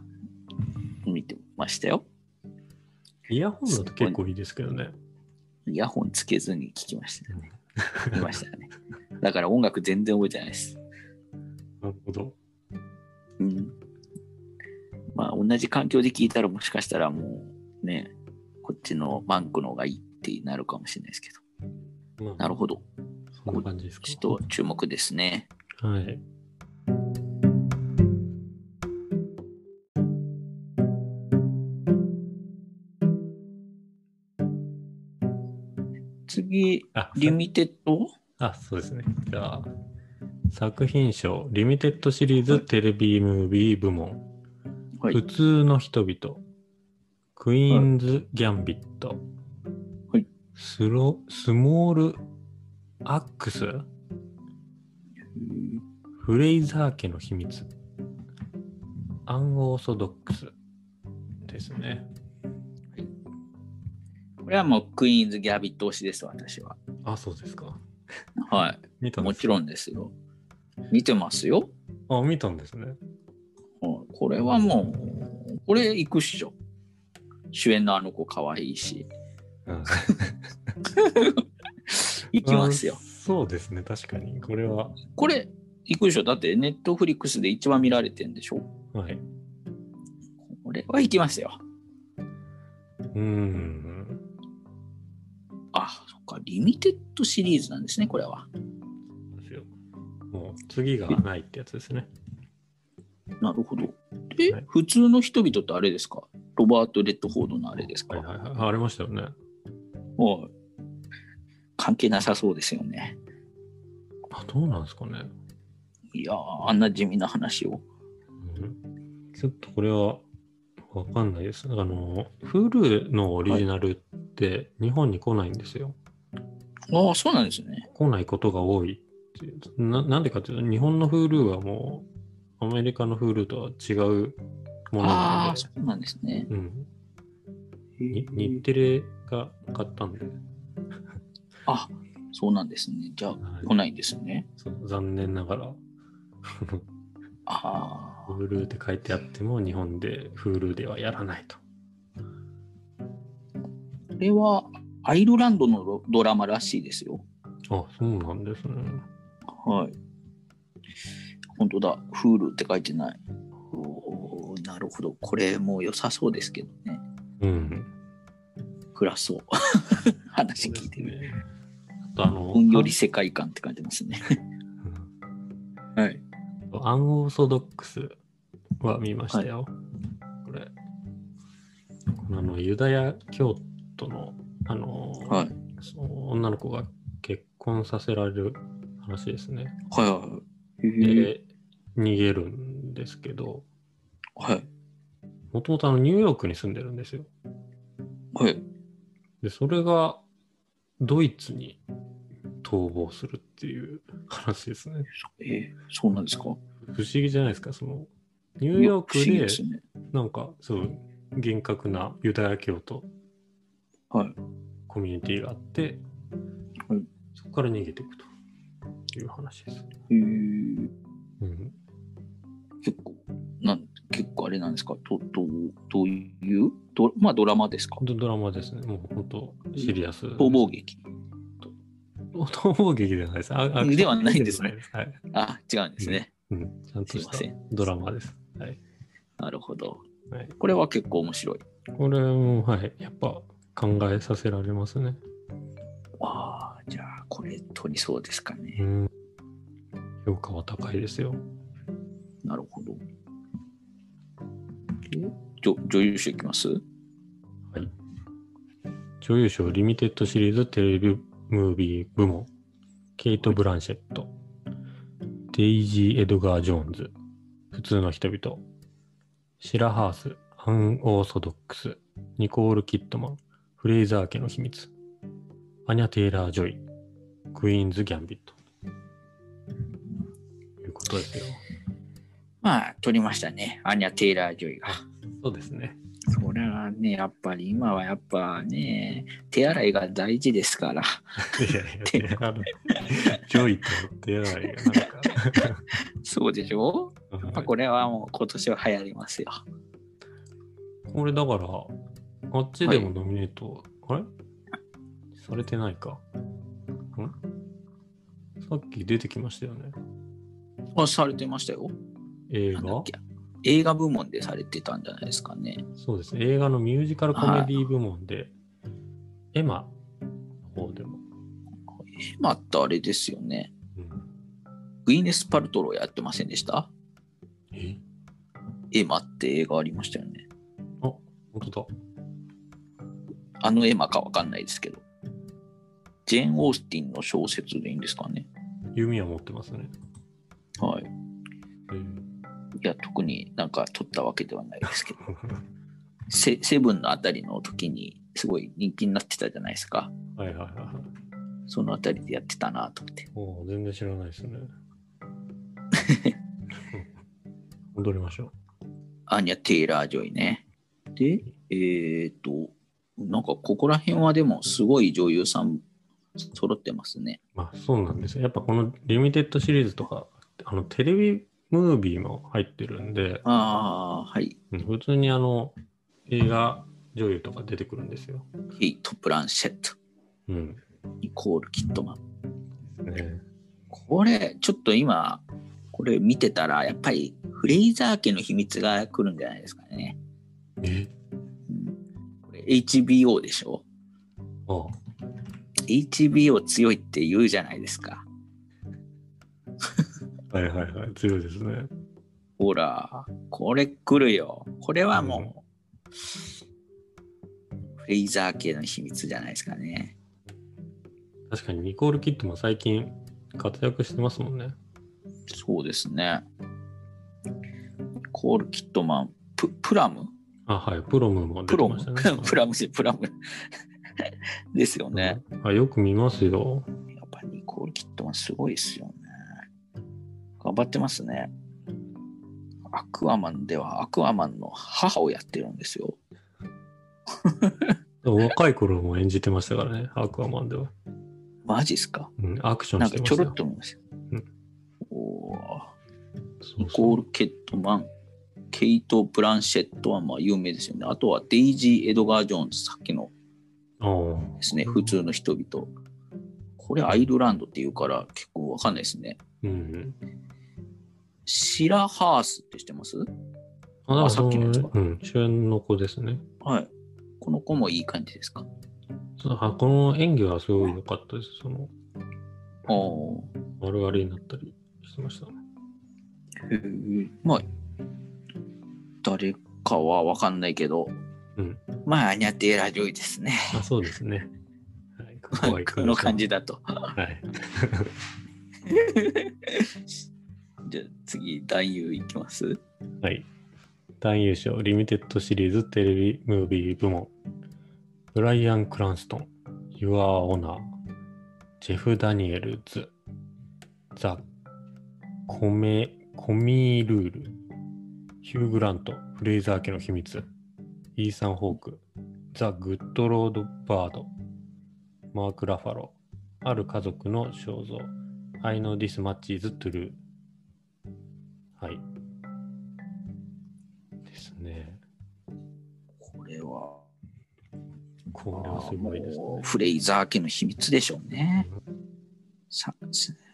[SPEAKER 1] う見てましたよ
[SPEAKER 2] ーイヤホンだと結構いいですけどね。
[SPEAKER 1] イヤホンつけずに聞きましたね。見ましたね。だから音楽全然覚えてないです。
[SPEAKER 2] なるほど。
[SPEAKER 1] うん。まあ同じ環境で聞いたらもしかしたらもうね、こっちのバンクの方がいいってなるかもしれないですけど。
[SPEAKER 2] ま
[SPEAKER 1] なるほど。
[SPEAKER 2] そんな感じですか。
[SPEAKER 1] ちょっと注目ですね。
[SPEAKER 2] はい。
[SPEAKER 1] 次、
[SPEAKER 2] あ、
[SPEAKER 1] リミテッド
[SPEAKER 2] あそうですね。じゃあ、作品賞、リミテッドシリーズテレビムービー部門、
[SPEAKER 1] はい
[SPEAKER 2] 普。通の人々、クイーンズ・ギャンビット、
[SPEAKER 1] はい
[SPEAKER 2] スロ、スモール・アックス、フレイザー家の秘密。アンオーソドックスですね。
[SPEAKER 1] これはもうクイーンズ・ギャビット推しです、私は。
[SPEAKER 2] あ、そうですか。
[SPEAKER 1] は
[SPEAKER 2] 見
[SPEAKER 1] い。
[SPEAKER 2] たん
[SPEAKER 1] も
[SPEAKER 2] です
[SPEAKER 1] ちろんですよ。見てますよ。
[SPEAKER 2] あ、見たんですね。
[SPEAKER 1] うんこれはもう、これ行くっしょ。主演のあの子可愛いし。行きますよ
[SPEAKER 2] あ。そうですね、確かに。これは、
[SPEAKER 1] これ行くでしょ。だってネットフリックスで一番見られてんでしょ。
[SPEAKER 2] はい。
[SPEAKER 1] これは行きますよ。
[SPEAKER 2] うーん。
[SPEAKER 1] あ、そっか。リミテッドシリーズなんですね、これは。
[SPEAKER 2] ですよもう次がないってやつですね。
[SPEAKER 1] なるほど。え、
[SPEAKER 2] はい
[SPEAKER 1] 普通の人々ってあれですかロバート・レッドフォードのあれですか、
[SPEAKER 2] はいはいはい。ありましたよね。
[SPEAKER 1] はい関係なさそうですよね。
[SPEAKER 2] あどうなんですかね。
[SPEAKER 1] いやー、あんな地味な話を。
[SPEAKER 2] うんちょっとこれはわかんないです。あの、Hulu のオリジナルって日本に来ないんですよ。
[SPEAKER 1] ああ、そうなんですね。
[SPEAKER 2] 来ないことが多いっていうな。なんでかっていうと、日本の Hulu はもうアメリカの Hulu とは違うもの
[SPEAKER 1] あ
[SPEAKER 2] なの
[SPEAKER 1] あ、
[SPEAKER 2] で
[SPEAKER 1] そ、うなんですね。
[SPEAKER 2] うん、に日
[SPEAKER 1] へえ
[SPEAKER 2] テレが買ったんで、
[SPEAKER 1] あそうなんですね。じゃあ、
[SPEAKER 2] はい
[SPEAKER 1] 来ないんですね。
[SPEAKER 2] そう残念ながら。
[SPEAKER 1] あ
[SPEAKER 2] Hulu って書いてあっても日本で Hulu ではやらないと。
[SPEAKER 1] あ、これはアイルランドのロドラマらしいですよ。
[SPEAKER 2] あ、そうなんですね。
[SPEAKER 1] はい。本当だ、フールって書いてない。おーなるほど。これもう良さそうですけどね。
[SPEAKER 2] うん。
[SPEAKER 1] 暗そう。 [laughs] 話聞いてる。
[SPEAKER 2] あとあの、
[SPEAKER 1] ほんより世界観って感じますね。
[SPEAKER 2] うん
[SPEAKER 1] はい。
[SPEAKER 2] アンオーソドックスは見ましたよ。これ。あの、ユダヤ教徒の、あの、
[SPEAKER 1] はい。
[SPEAKER 2] その女の子が結婚させられる話ですね。
[SPEAKER 1] はいはい。へえ
[SPEAKER 2] で、逃げるんですけど、
[SPEAKER 1] はい。
[SPEAKER 2] もともとあのニューヨークに住んでるんですよ。
[SPEAKER 1] はい。
[SPEAKER 2] で、それがドイツに逃亡するっていう話ですね。
[SPEAKER 1] えー、そうなんですか
[SPEAKER 2] 不思議じゃないですか、その、ニュ
[SPEAKER 1] ニ
[SPEAKER 2] ーヨークで、
[SPEAKER 1] ですね。
[SPEAKER 2] なんかそう厳格なユダヤ教徒
[SPEAKER 1] はい
[SPEAKER 2] コミュニティがあって、
[SPEAKER 1] はい
[SPEAKER 2] そこから逃げていくという話です。
[SPEAKER 1] へー
[SPEAKER 2] うん、
[SPEAKER 1] 結構、なん結構あれなんですかどどうどういうどまあドラマですか
[SPEAKER 2] ドドラマですね。もう本当シリアス。
[SPEAKER 1] 逃亡劇。
[SPEAKER 2] 逃亡劇ではないです。あアクション
[SPEAKER 1] ではないんですね
[SPEAKER 2] ではないです。はい
[SPEAKER 1] あ、違うんですね。
[SPEAKER 2] うん、ちゃんと
[SPEAKER 1] すい
[SPEAKER 2] し
[SPEAKER 1] ませ
[SPEAKER 2] た
[SPEAKER 1] ん。
[SPEAKER 2] ドラマです。はい
[SPEAKER 1] なるほど。
[SPEAKER 2] はい、
[SPEAKER 1] これは結構面白い。
[SPEAKER 2] これも、はい、やっぱ考えさせられますね。
[SPEAKER 1] ああ、じゃあこれ取りそうですか
[SPEAKER 2] う
[SPEAKER 1] ね。
[SPEAKER 2] ん、評価は高いですよ。
[SPEAKER 1] なるほど。えじょ女優賞いきます
[SPEAKER 2] 女優賞リミテッドシリーズテレビムービー部門ケイト・ブランシェット、デイジー・エドガー・ジョーンズ普通の人々シラハースアン・オーソドックスニコール・キットマンフレイザー家の秘密アニャ・テイラー・ジョイクイーンズ・ギャンビットということですよ
[SPEAKER 1] まあ、取りましたね。アニャ・テイラー・ジョイが。
[SPEAKER 2] そうですね
[SPEAKER 1] それはね、やっぱり今はやっぱね、手洗いが大事ですから。
[SPEAKER 2] いやい [laughs] や手洗いジョイと手洗いがなんか
[SPEAKER 1] そうでしょやっぱこれはもう今年は流行りますよ。
[SPEAKER 2] これだから、あっちでもノミネート、あれされてないか。んさっき出てきましたよね。
[SPEAKER 1] あ、されてましたよ。
[SPEAKER 2] 映
[SPEAKER 1] なんだ
[SPEAKER 2] 画
[SPEAKER 1] っけ映画部門でされてたんじゃないですかね。
[SPEAKER 2] そうですね。映画のミュージカルコメディ部門で、エマの方でも。
[SPEAKER 1] またあれですよね。
[SPEAKER 2] うん、
[SPEAKER 1] グイネス・パルトローやってませんでした
[SPEAKER 2] え
[SPEAKER 1] エマって映画ありましたよね。
[SPEAKER 2] 本当だ。
[SPEAKER 1] あのエマかわかんないですけど。ジェーン・オースティンの小説でいいんですかね。
[SPEAKER 2] 弓は持ってますね。
[SPEAKER 1] はい。い
[SPEAKER 2] えー
[SPEAKER 1] や、特になんか撮ったわけではないですけど。 [laughs] セセブンのあたりの時にすごい人気になってたじゃないですか。
[SPEAKER 2] [laughs] はいはいはいはい。
[SPEAKER 1] そのあたりでやってたなと思って。
[SPEAKER 2] おー全然知らないです
[SPEAKER 1] [laughs]
[SPEAKER 2] ね。戻りましょう。
[SPEAKER 1] アーニャ・テイラー・ジョイね。で、えっ、と、なんかここら辺はでもすごい女優さん揃ってますね。
[SPEAKER 2] まあそうなんですよ。やっぱこのリミテッドシリーズとか、あのテレビムービーも入ってるんで、
[SPEAKER 1] ああ、はい。
[SPEAKER 2] うん普通にあの映画女優とか出てくるんですよ。
[SPEAKER 1] ヘイト・ブランシェット、
[SPEAKER 2] うん。
[SPEAKER 1] ニコール・キットマン。
[SPEAKER 2] ね、
[SPEAKER 1] これ、ちょっと今、これ見てたら、やっぱりフレイザー家の秘密が来るんじゃないですかね。
[SPEAKER 2] え
[SPEAKER 1] うん、これ HBO でしょ
[SPEAKER 2] ああ
[SPEAKER 1] ?HBO 強いって言うじゃないですか。
[SPEAKER 2] はいはいはい。強いですね。
[SPEAKER 1] ほら、これ来るよ。これはもう、フレイザー系の秘密じゃないですかね。
[SPEAKER 2] 確かにニコール・キッドも最近活躍してますもんね。
[SPEAKER 1] そうですね。コール・キットマン、ププラム
[SPEAKER 2] あ、はい。プロムも
[SPEAKER 1] プ
[SPEAKER 2] 出て
[SPEAKER 1] ロ
[SPEAKER 2] ま
[SPEAKER 1] ム、 [laughs]
[SPEAKER 2] したね。
[SPEAKER 1] プラムじゃプラム。ですよね。
[SPEAKER 2] うんあ。よく見ますよ。
[SPEAKER 1] やっぱニコール・キットマンすごいですよね。頑張ってますね。アクアマンではアクアマンの母をやってるんですよ。
[SPEAKER 2] でも若い頃も演じてましたからね、アクアマンでは。
[SPEAKER 1] マジっすか
[SPEAKER 2] うん、アクション
[SPEAKER 1] なん
[SPEAKER 2] し
[SPEAKER 1] か
[SPEAKER 2] てま
[SPEAKER 1] ちょ
[SPEAKER 2] した
[SPEAKER 1] ろっ
[SPEAKER 2] よ。
[SPEAKER 1] と見ました。
[SPEAKER 2] うん
[SPEAKER 1] おー
[SPEAKER 2] そ
[SPEAKER 1] ニ
[SPEAKER 2] うそ
[SPEAKER 1] コ
[SPEAKER 2] う
[SPEAKER 1] ール・キットマン、ケイト・ブランシェットはまあ有名ですよね。あとはデイジー・エドガー・ジョーンズ、さっきの
[SPEAKER 2] ああ
[SPEAKER 1] ですね、
[SPEAKER 2] うん
[SPEAKER 1] 普通の人々。これアイルランドっていうから結構わかんないですね。
[SPEAKER 2] うん。
[SPEAKER 1] シラハースって知ってます
[SPEAKER 2] あ、だから
[SPEAKER 1] さっきのやつか
[SPEAKER 2] うん、主演の子ですね。
[SPEAKER 1] はい。この子もいい感じですか
[SPEAKER 2] そうあこの演技はすごい良かったです。その、
[SPEAKER 1] おー
[SPEAKER 2] 丸刈りになったりしてましたね。
[SPEAKER 1] へえまあ誰かは分かんないけど、
[SPEAKER 2] うん
[SPEAKER 1] まあアニャテーラジョイですね。
[SPEAKER 2] あ、そうですね。はい、ここは
[SPEAKER 1] [laughs] この感じだと。
[SPEAKER 2] はい。
[SPEAKER 1] じゃあ次、男優いきます。
[SPEAKER 2] はい。男優賞、リミテッドシリーズテレビムービー部門。ブライアン・クランストン、ユア・オナー、ジェフ・ダニエルズ、ザ・コメ、コミールール、ヒュー・グラント、フレイザー家の秘密、イーサン・ホーク、ザ・グッド・ロード・バード、マーク・ラファロー、ある家族の肖像、I know this much is true。はい。ですね。
[SPEAKER 1] これは、
[SPEAKER 2] これはすごいですね
[SPEAKER 1] もう。フレイザー家の秘密でしょうね。さ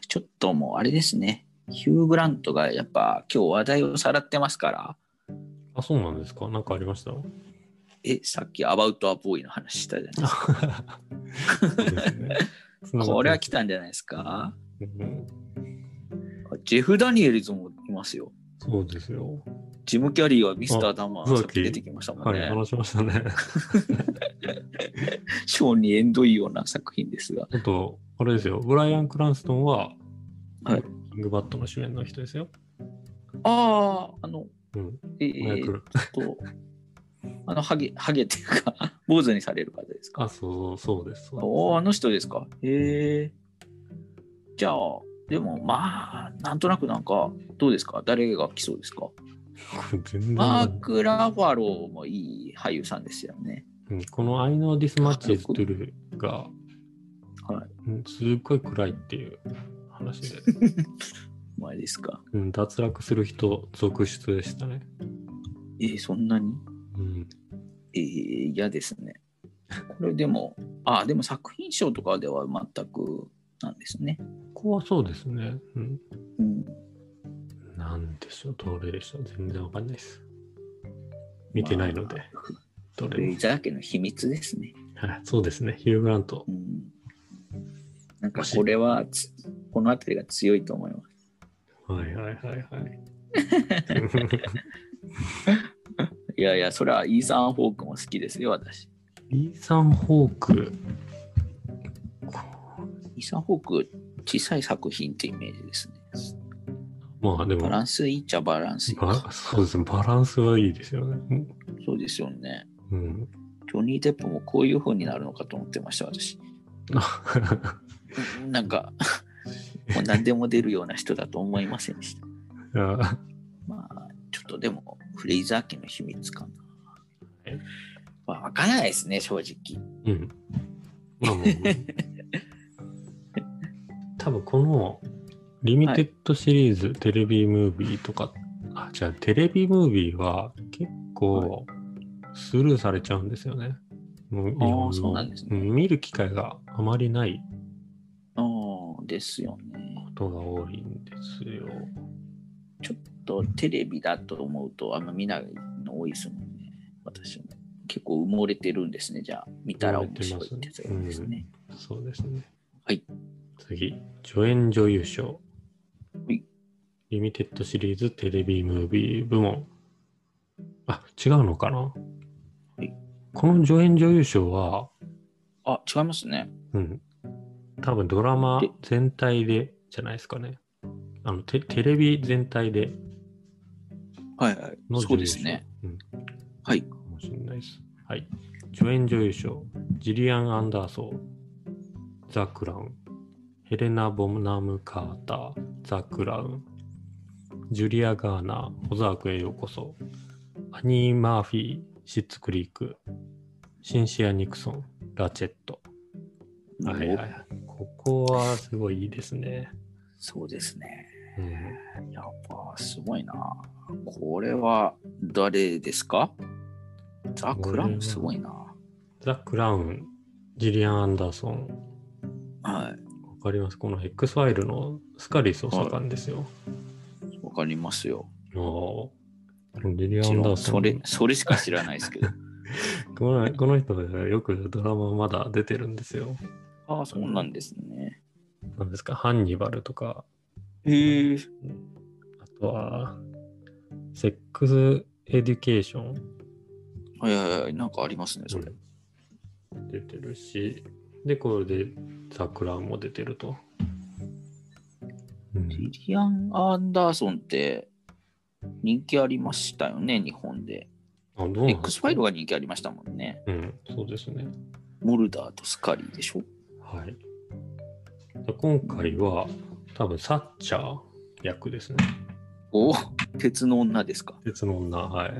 [SPEAKER 1] ちょっともうあれですね。ヒュー・グラントがやっぱ今日話題をさらってますから、
[SPEAKER 2] あ、そうなんですかなんかありました
[SPEAKER 1] え、さっきアバウト・ア・ボーイの話したじゃないですか。
[SPEAKER 2] そう
[SPEAKER 1] [laughs]
[SPEAKER 2] ですね
[SPEAKER 1] これは来たんじゃないですか。
[SPEAKER 2] うん
[SPEAKER 1] ジェフ・ダニエルズもいますよ。
[SPEAKER 2] そうですよ。
[SPEAKER 1] ジム・キャリーはミスター・ダマ
[SPEAKER 2] あ
[SPEAKER 1] ーさっき出てきましたもん
[SPEAKER 2] はい、
[SPEAKER 1] ね。
[SPEAKER 2] 話しましたね。
[SPEAKER 1] ショーに縁遠いような作品ですが。
[SPEAKER 2] あと、あれですよ。ブライアン・クランストンは、
[SPEAKER 1] はい
[SPEAKER 2] キングバットの主演の人ですよ。
[SPEAKER 1] ああ、あの、
[SPEAKER 2] うん。
[SPEAKER 1] え
[SPEAKER 2] マイク
[SPEAKER 1] ー、っ
[SPEAKER 2] ル
[SPEAKER 1] と、あの、ハゲ、ハゲっていうか、坊主にされる方ですか。
[SPEAKER 2] あ、そうそうそうです。そう
[SPEAKER 1] おお、あの人ですか。へえ。じゃあ、でもまあ、なんとなくなんか、どうですか誰が来そうですか
[SPEAKER 2] ですこれ全然
[SPEAKER 1] マーク・ラファローもいい俳優さんですよね。
[SPEAKER 2] うんこの I know this much is true が、
[SPEAKER 1] は
[SPEAKER 2] うんすっごい暗いっていう
[SPEAKER 1] [laughs]
[SPEAKER 2] 話で、
[SPEAKER 1] お前ですか。
[SPEAKER 2] うん、脱落する人続出でしたね。
[SPEAKER 1] えー、そんなに
[SPEAKER 2] うん。
[SPEAKER 1] えー嫌ですね。これでも、あ、でも作品賞とかでは全くなんですね。
[SPEAKER 2] ここはそうですね。うん。
[SPEAKER 1] うん、
[SPEAKER 2] なんでしょう、どれでしょう、全然わかんないです。見てないので、ど
[SPEAKER 1] フ
[SPEAKER 2] れ
[SPEAKER 1] レ
[SPEAKER 2] も
[SPEAKER 1] イ。ザー家の秘密ですね。
[SPEAKER 2] はい、そうですね、ヒュー・グラント
[SPEAKER 1] う。ん、なんかこれはつ、この辺りが強いと思います。
[SPEAKER 2] はいはいはい
[SPEAKER 1] [laughs]
[SPEAKER 2] はい。
[SPEAKER 1] いやいや、それはイーサン・ホークも好きですよ、私。
[SPEAKER 2] リーサン・ホーク。
[SPEAKER 1] イーサン・ホーク、小さい作品ってイメージですね。
[SPEAKER 2] まあで
[SPEAKER 1] バ
[SPEAKER 2] も、
[SPEAKER 1] ランスいいっちゃバランスいい。
[SPEAKER 2] ばそうですね、バランスはいいですよね。
[SPEAKER 1] そうですよね。
[SPEAKER 2] うんうん。 [laughs]
[SPEAKER 1] ジョニー・デップもこういう風になるのかと思ってました、私。うんなんか、 [laughs] もう何でも出るような人だと思いませんでした。
[SPEAKER 2] あ
[SPEAKER 1] まあ、ちょっとでも、フレイザー家の秘密かな。
[SPEAKER 2] え
[SPEAKER 1] まあ、わからないですね、正直。
[SPEAKER 2] うん。まあもう。
[SPEAKER 1] [laughs]
[SPEAKER 2] 多分この、リミテッドシリーズ、テレビムービーとか、あ、じゃあテレビムービーは結構スルーされちゃうんですよね。もう日本の
[SPEAKER 1] そうなんですね
[SPEAKER 2] ん見る機会があまりない
[SPEAKER 1] うん、ですよね。
[SPEAKER 2] ことが多いんですよ。
[SPEAKER 1] ちょっとテレビだと思うと、あんま見ないの多いですもんね。私も。結構埋もれてるんですね。じゃあ、見たら面白いってやつがいいですね。
[SPEAKER 2] そうですね。
[SPEAKER 1] はい。
[SPEAKER 2] 次、助演女優賞。
[SPEAKER 1] はい
[SPEAKER 2] リミテッドシリーズテレビムービー部門。あ、違うのかな
[SPEAKER 1] はい
[SPEAKER 2] この助演女優賞は、
[SPEAKER 1] あ、違いますね。
[SPEAKER 2] うん、多分ドラマ
[SPEAKER 1] で
[SPEAKER 2] 全体でじゃないですかね。あのテテレビ全体で
[SPEAKER 1] はいはい
[SPEAKER 2] の。
[SPEAKER 1] そう
[SPEAKER 2] 女優
[SPEAKER 1] で
[SPEAKER 2] 賞
[SPEAKER 1] すね。。
[SPEAKER 2] うん、
[SPEAKER 1] はい
[SPEAKER 2] かもしれないです。はい。助演女優賞、ジリアン・アンダーソン、ザ・クラウン、ヘレナ・ボムナム・カーター、ザ・クラウン、ジュリア・ガーナー、オザークへようこそ、アニー・マーフィー、シッツ・クリーク、シンシア・ニクソン、ラチェット。はいはいはい。ここはすごいいいですね。
[SPEAKER 1] そうですね。
[SPEAKER 2] うん
[SPEAKER 1] やっぱすごいな。これは誰ですかザ・クラムすごいな。
[SPEAKER 2] ザ・クラウン、ジリアン・アンダーソン、
[SPEAKER 1] は
[SPEAKER 2] わかります。この X ファイルのスカリス捜査官ですよ。
[SPEAKER 1] い。わかりますよ。
[SPEAKER 2] おージリアン・ア
[SPEAKER 1] もち
[SPEAKER 2] ンダ
[SPEAKER 1] ろ
[SPEAKER 2] ー
[SPEAKER 1] ん
[SPEAKER 2] ソ
[SPEAKER 1] そ
[SPEAKER 2] ン。
[SPEAKER 1] れそれしか知らないですけど。
[SPEAKER 2] このこの人がよくドラマまだ出てるんですよ。
[SPEAKER 1] ああ、そうなんですね。
[SPEAKER 2] なんですか、ハンニバルとか、
[SPEAKER 1] へえ。
[SPEAKER 2] あとは、セックス・エデュケーション
[SPEAKER 1] はいはいはい。なんかありますね、それ。
[SPEAKER 2] 出てるし、で、これでザ・クラウンも出てると。うん
[SPEAKER 1] リリアン・アンダーソンって人気ありましたよね、日本で。
[SPEAKER 2] あ、どうなんです
[SPEAKER 1] X フ
[SPEAKER 2] か
[SPEAKER 1] ァイルが人気ありましたもんね。
[SPEAKER 2] うん、そうですね。
[SPEAKER 1] モルダーとスカリーでしょ
[SPEAKER 2] はい。で今回は、多分サッチャー役ですね。
[SPEAKER 1] お鉄の女ですか。
[SPEAKER 2] 鉄の女、はい。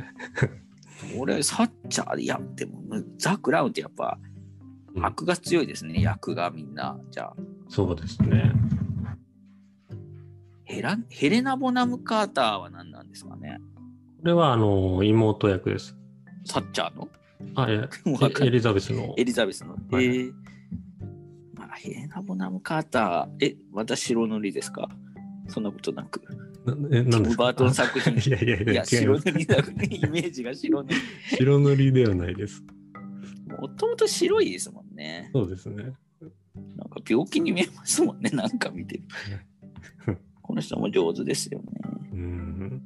[SPEAKER 1] 俺、サッチャー、いや、でも、ザ・クラウンってやっぱ、
[SPEAKER 2] うん
[SPEAKER 1] 悪が強いですね、役がみんな。じゃあ、
[SPEAKER 2] そうですね。
[SPEAKER 1] ヘラヘレナ・ボナム・カーターは何なんですかね
[SPEAKER 2] これは、あの、妹役です。
[SPEAKER 1] サッチャーの
[SPEAKER 2] あ、いや、
[SPEAKER 1] わかんな
[SPEAKER 2] え
[SPEAKER 1] い
[SPEAKER 2] エリザベスの
[SPEAKER 1] エ。リザベスの。
[SPEAKER 2] はい
[SPEAKER 1] えーまあ、ヘレナ・ボナム・カーター、え、また白塗りですかそんなことなく。
[SPEAKER 2] なえ、
[SPEAKER 1] テ
[SPEAKER 2] な
[SPEAKER 1] ィ
[SPEAKER 2] んです
[SPEAKER 1] ム・
[SPEAKER 2] か
[SPEAKER 1] バートン作品。
[SPEAKER 2] いやいやい
[SPEAKER 1] いや、
[SPEAKER 2] や、違いま
[SPEAKER 1] 白
[SPEAKER 2] す。
[SPEAKER 1] 塗りだね。 [laughs] イメージが白塗り。
[SPEAKER 2] 白塗りではないです。
[SPEAKER 1] もともと白いですもんね。
[SPEAKER 2] そうですね。
[SPEAKER 1] なんか病気に見えますもんね、 [laughs] なんか見
[SPEAKER 2] [laughs]
[SPEAKER 1] てる。この人も上手ですよね。
[SPEAKER 2] うん。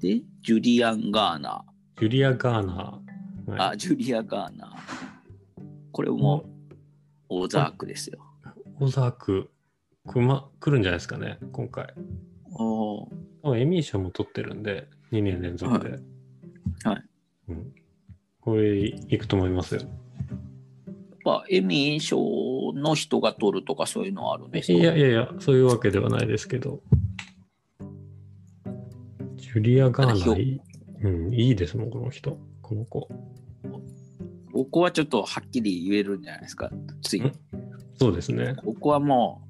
[SPEAKER 1] で、ジュリアン・ガーナ
[SPEAKER 2] ジュリア・ガーナー。
[SPEAKER 1] ー。あ、ジュリア・ガーナー。これもオーザークですよ。
[SPEAKER 2] い、オザーク、くま、来るんじゃないですかね、今回。
[SPEAKER 1] おー
[SPEAKER 2] 多分エミー賞も取ってるんで、2年連続で。
[SPEAKER 1] はいはい
[SPEAKER 2] うん、これ、いくと思いますよ。
[SPEAKER 1] やっぱエミー賞の人が取るとかそういうのはあるんです
[SPEAKER 2] い
[SPEAKER 1] か
[SPEAKER 2] やいやいや、そういうわけではないですけど。ジュリア・ガーナいい、うん、いいですもん、この人。この子。
[SPEAKER 1] ここはちょっとはっきり言えるんじゃないですか。つい
[SPEAKER 2] んそうですね。
[SPEAKER 1] ここはも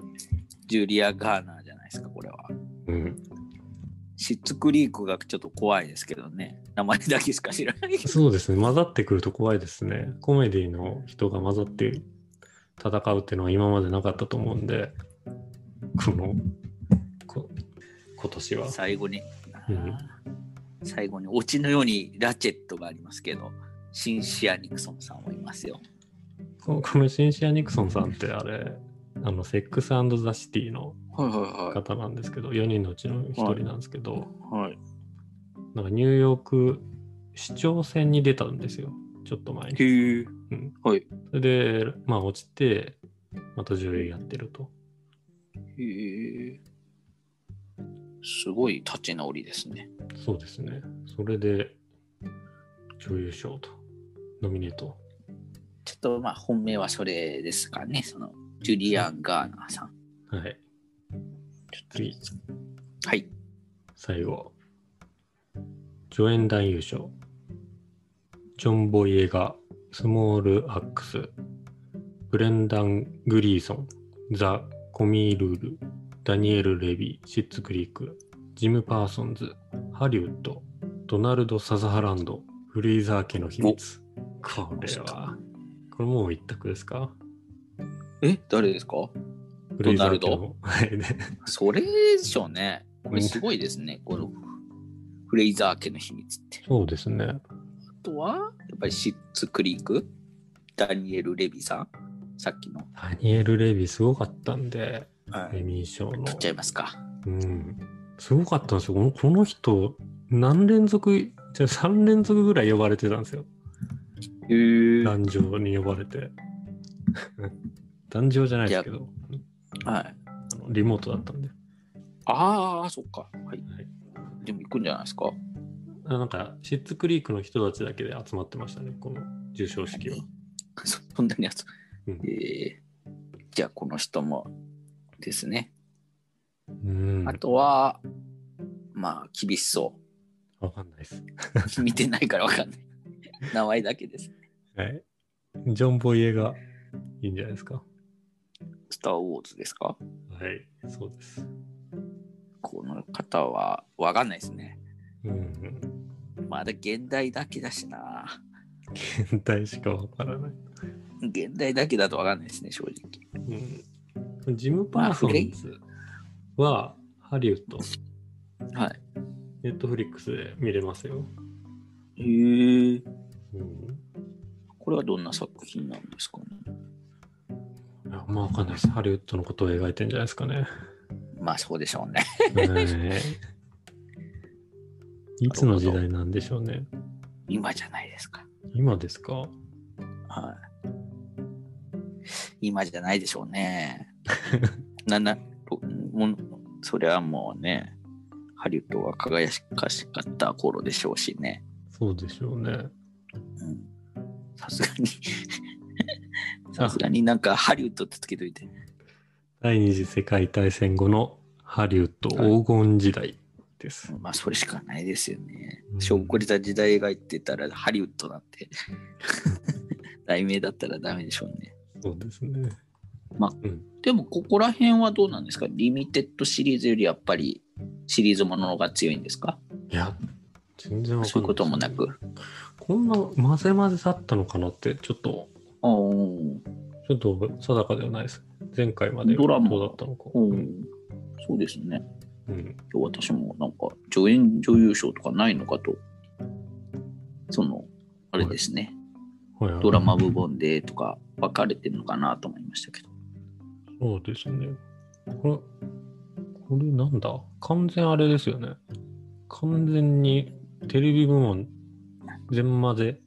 [SPEAKER 1] う、ジュリア・ガーナーじゃないですか、これは。
[SPEAKER 2] うん。
[SPEAKER 1] シッツクリークがちょっと怖いですけどね。名前だけしか知らないけど。
[SPEAKER 2] そうですね。混ざってくると怖いですね。コメディの人が混ざって戦うっていうのは今までなかったと思うんで、この、こ今年は。
[SPEAKER 1] 最後に、
[SPEAKER 2] うん
[SPEAKER 1] 最後に、オチのようにラチェットがありますけど、シンシア・ニクソンさんもいますよ。
[SPEAKER 2] ここのシンシア・ニクソンさんってあれ、あの、セックスザ・シティの
[SPEAKER 1] はいは
[SPEAKER 2] 方なんですけど、4人のうちの1人なんですけど、
[SPEAKER 1] いはい。はい、
[SPEAKER 2] なんかニューヨーク市長選に出たんですよ、ちょっと前に。
[SPEAKER 1] へえ。
[SPEAKER 2] うん
[SPEAKER 1] はい。
[SPEAKER 2] それで、まあ落ちて、また女優やってると。
[SPEAKER 1] へえ。すごい立ち直りですね。
[SPEAKER 2] そうですね。それで、女優賞と、ノミネート。
[SPEAKER 1] ちょっとまあ本命はそれですかね、そのジュリアン・ガーナーさん。
[SPEAKER 2] はい。次、
[SPEAKER 1] はい。
[SPEAKER 2] 最後。助演男優賞。ジョン・ボイエガ、スモール・アックス、ブレンダン・グリーソン、ザ・コミー・ルール、ダニエル・レビー、シッツ・クリーク、ジム・パーソンズ、ハリウッド、ドナルド・サザハランド、フレイザー家の秘密。これは、これもう一択ですか
[SPEAKER 1] え、誰ですか
[SPEAKER 2] フレイザー家
[SPEAKER 1] ドナル
[SPEAKER 2] の。はいね。
[SPEAKER 1] それでしょうね。これすごいですね、このフレイザー家の秘密って。
[SPEAKER 2] そうですね。
[SPEAKER 1] あとは、やっぱりシッツ・クリーク、ダニエル・レビさん、さっきの。
[SPEAKER 2] ダニエル・レビーすごかったんで、
[SPEAKER 1] は
[SPEAKER 2] エ。ミー賞の。
[SPEAKER 1] 取っちゃいますか。
[SPEAKER 2] うん、すごかったんですよ。このこの人、何連続、じゃあ3連続ぐらい呼ばれてたんですよ。
[SPEAKER 1] えー、
[SPEAKER 2] 壇上に呼ばれて。 [laughs] 壇上じゃないですけど、
[SPEAKER 1] はい。
[SPEAKER 2] あのリモートだったんで。
[SPEAKER 1] ああ、そっか。はい。
[SPEAKER 2] はい
[SPEAKER 1] でも行くんじゃないですか。 [laughs]
[SPEAKER 2] あなんか、シッツクリークの人たちだけで集まってましたね、この授賞式は。
[SPEAKER 1] そそんなにやつ。
[SPEAKER 2] うん
[SPEAKER 1] えーじゃあ、この人もですね。
[SPEAKER 2] うん。
[SPEAKER 1] あとは、まあ、厳しそ
[SPEAKER 2] わかんないです。
[SPEAKER 1] う。 [laughs] 見てないからわかんない。名前だけです。
[SPEAKER 2] はい。ジョン・ボイエがいいんじゃないですか。は
[SPEAKER 1] スター・ウォーズですか
[SPEAKER 2] い、そうです。
[SPEAKER 1] この方はわかんないですね。
[SPEAKER 2] うんうん。
[SPEAKER 1] まだ現代だけだしな。
[SPEAKER 2] 現代しかわからない。
[SPEAKER 1] 現代だけだとわかんないですね、正直。
[SPEAKER 2] うん、ジム・パーソンズはハリウッド、
[SPEAKER 1] はい。
[SPEAKER 2] ネットフリックスで見れますよ。
[SPEAKER 1] へえ
[SPEAKER 2] うん、
[SPEAKER 1] これはどんな作品なんですかね。
[SPEAKER 2] いやまあわかんないです。ハリウッドのことを描いてんじゃないですか
[SPEAKER 1] [laughs]
[SPEAKER 2] ね。
[SPEAKER 1] まあ、そうでしょうね。 [laughs]
[SPEAKER 2] はいいつの時代なんでしょうね。
[SPEAKER 1] 今じゃないですか。
[SPEAKER 2] 今ですか
[SPEAKER 1] はい。今じゃないでしょうね。なんな、ともんそれはもうね、ハリウッドは輝かしかった頃でしょうしね。
[SPEAKER 2] そうでしょうね。
[SPEAKER 1] うんさすがに [laughs] さすがになんかハリウッドってつけといて。
[SPEAKER 2] 第二次世界大戦後のハリウッド黄金時代です。
[SPEAKER 1] まあそれしかないですよね
[SPEAKER 2] う。ん
[SPEAKER 1] しょんこりた時代描いてたらハリウッドなんて題名だったらダメでしょうね。
[SPEAKER 2] そうですね。
[SPEAKER 1] まあ
[SPEAKER 2] うん、
[SPEAKER 1] でもここら辺はどうなんですかリミテッドシリーズよりやっぱりシリーズものの方が強いんですか
[SPEAKER 2] いや、全然わかんない。
[SPEAKER 1] そういうこともな。く。
[SPEAKER 2] こんな混ぜ混ぜだったのかなって、ちょっと
[SPEAKER 1] おー
[SPEAKER 2] ちょっと定かではないです。前回まで
[SPEAKER 1] ドラマ
[SPEAKER 2] どうだったのか。
[SPEAKER 1] お
[SPEAKER 2] う
[SPEAKER 1] ー
[SPEAKER 2] ん
[SPEAKER 1] そうですね。
[SPEAKER 2] うん
[SPEAKER 1] 私もなんか助演女優賞とかないのかと。その、あれですね。
[SPEAKER 2] はいはい
[SPEAKER 1] ドラマ部門でとか分かれてるのかなと思いましたけど。
[SPEAKER 2] そうですね。これ、これなんだ完全あれですよね。完全にテレビ部門全混ぜ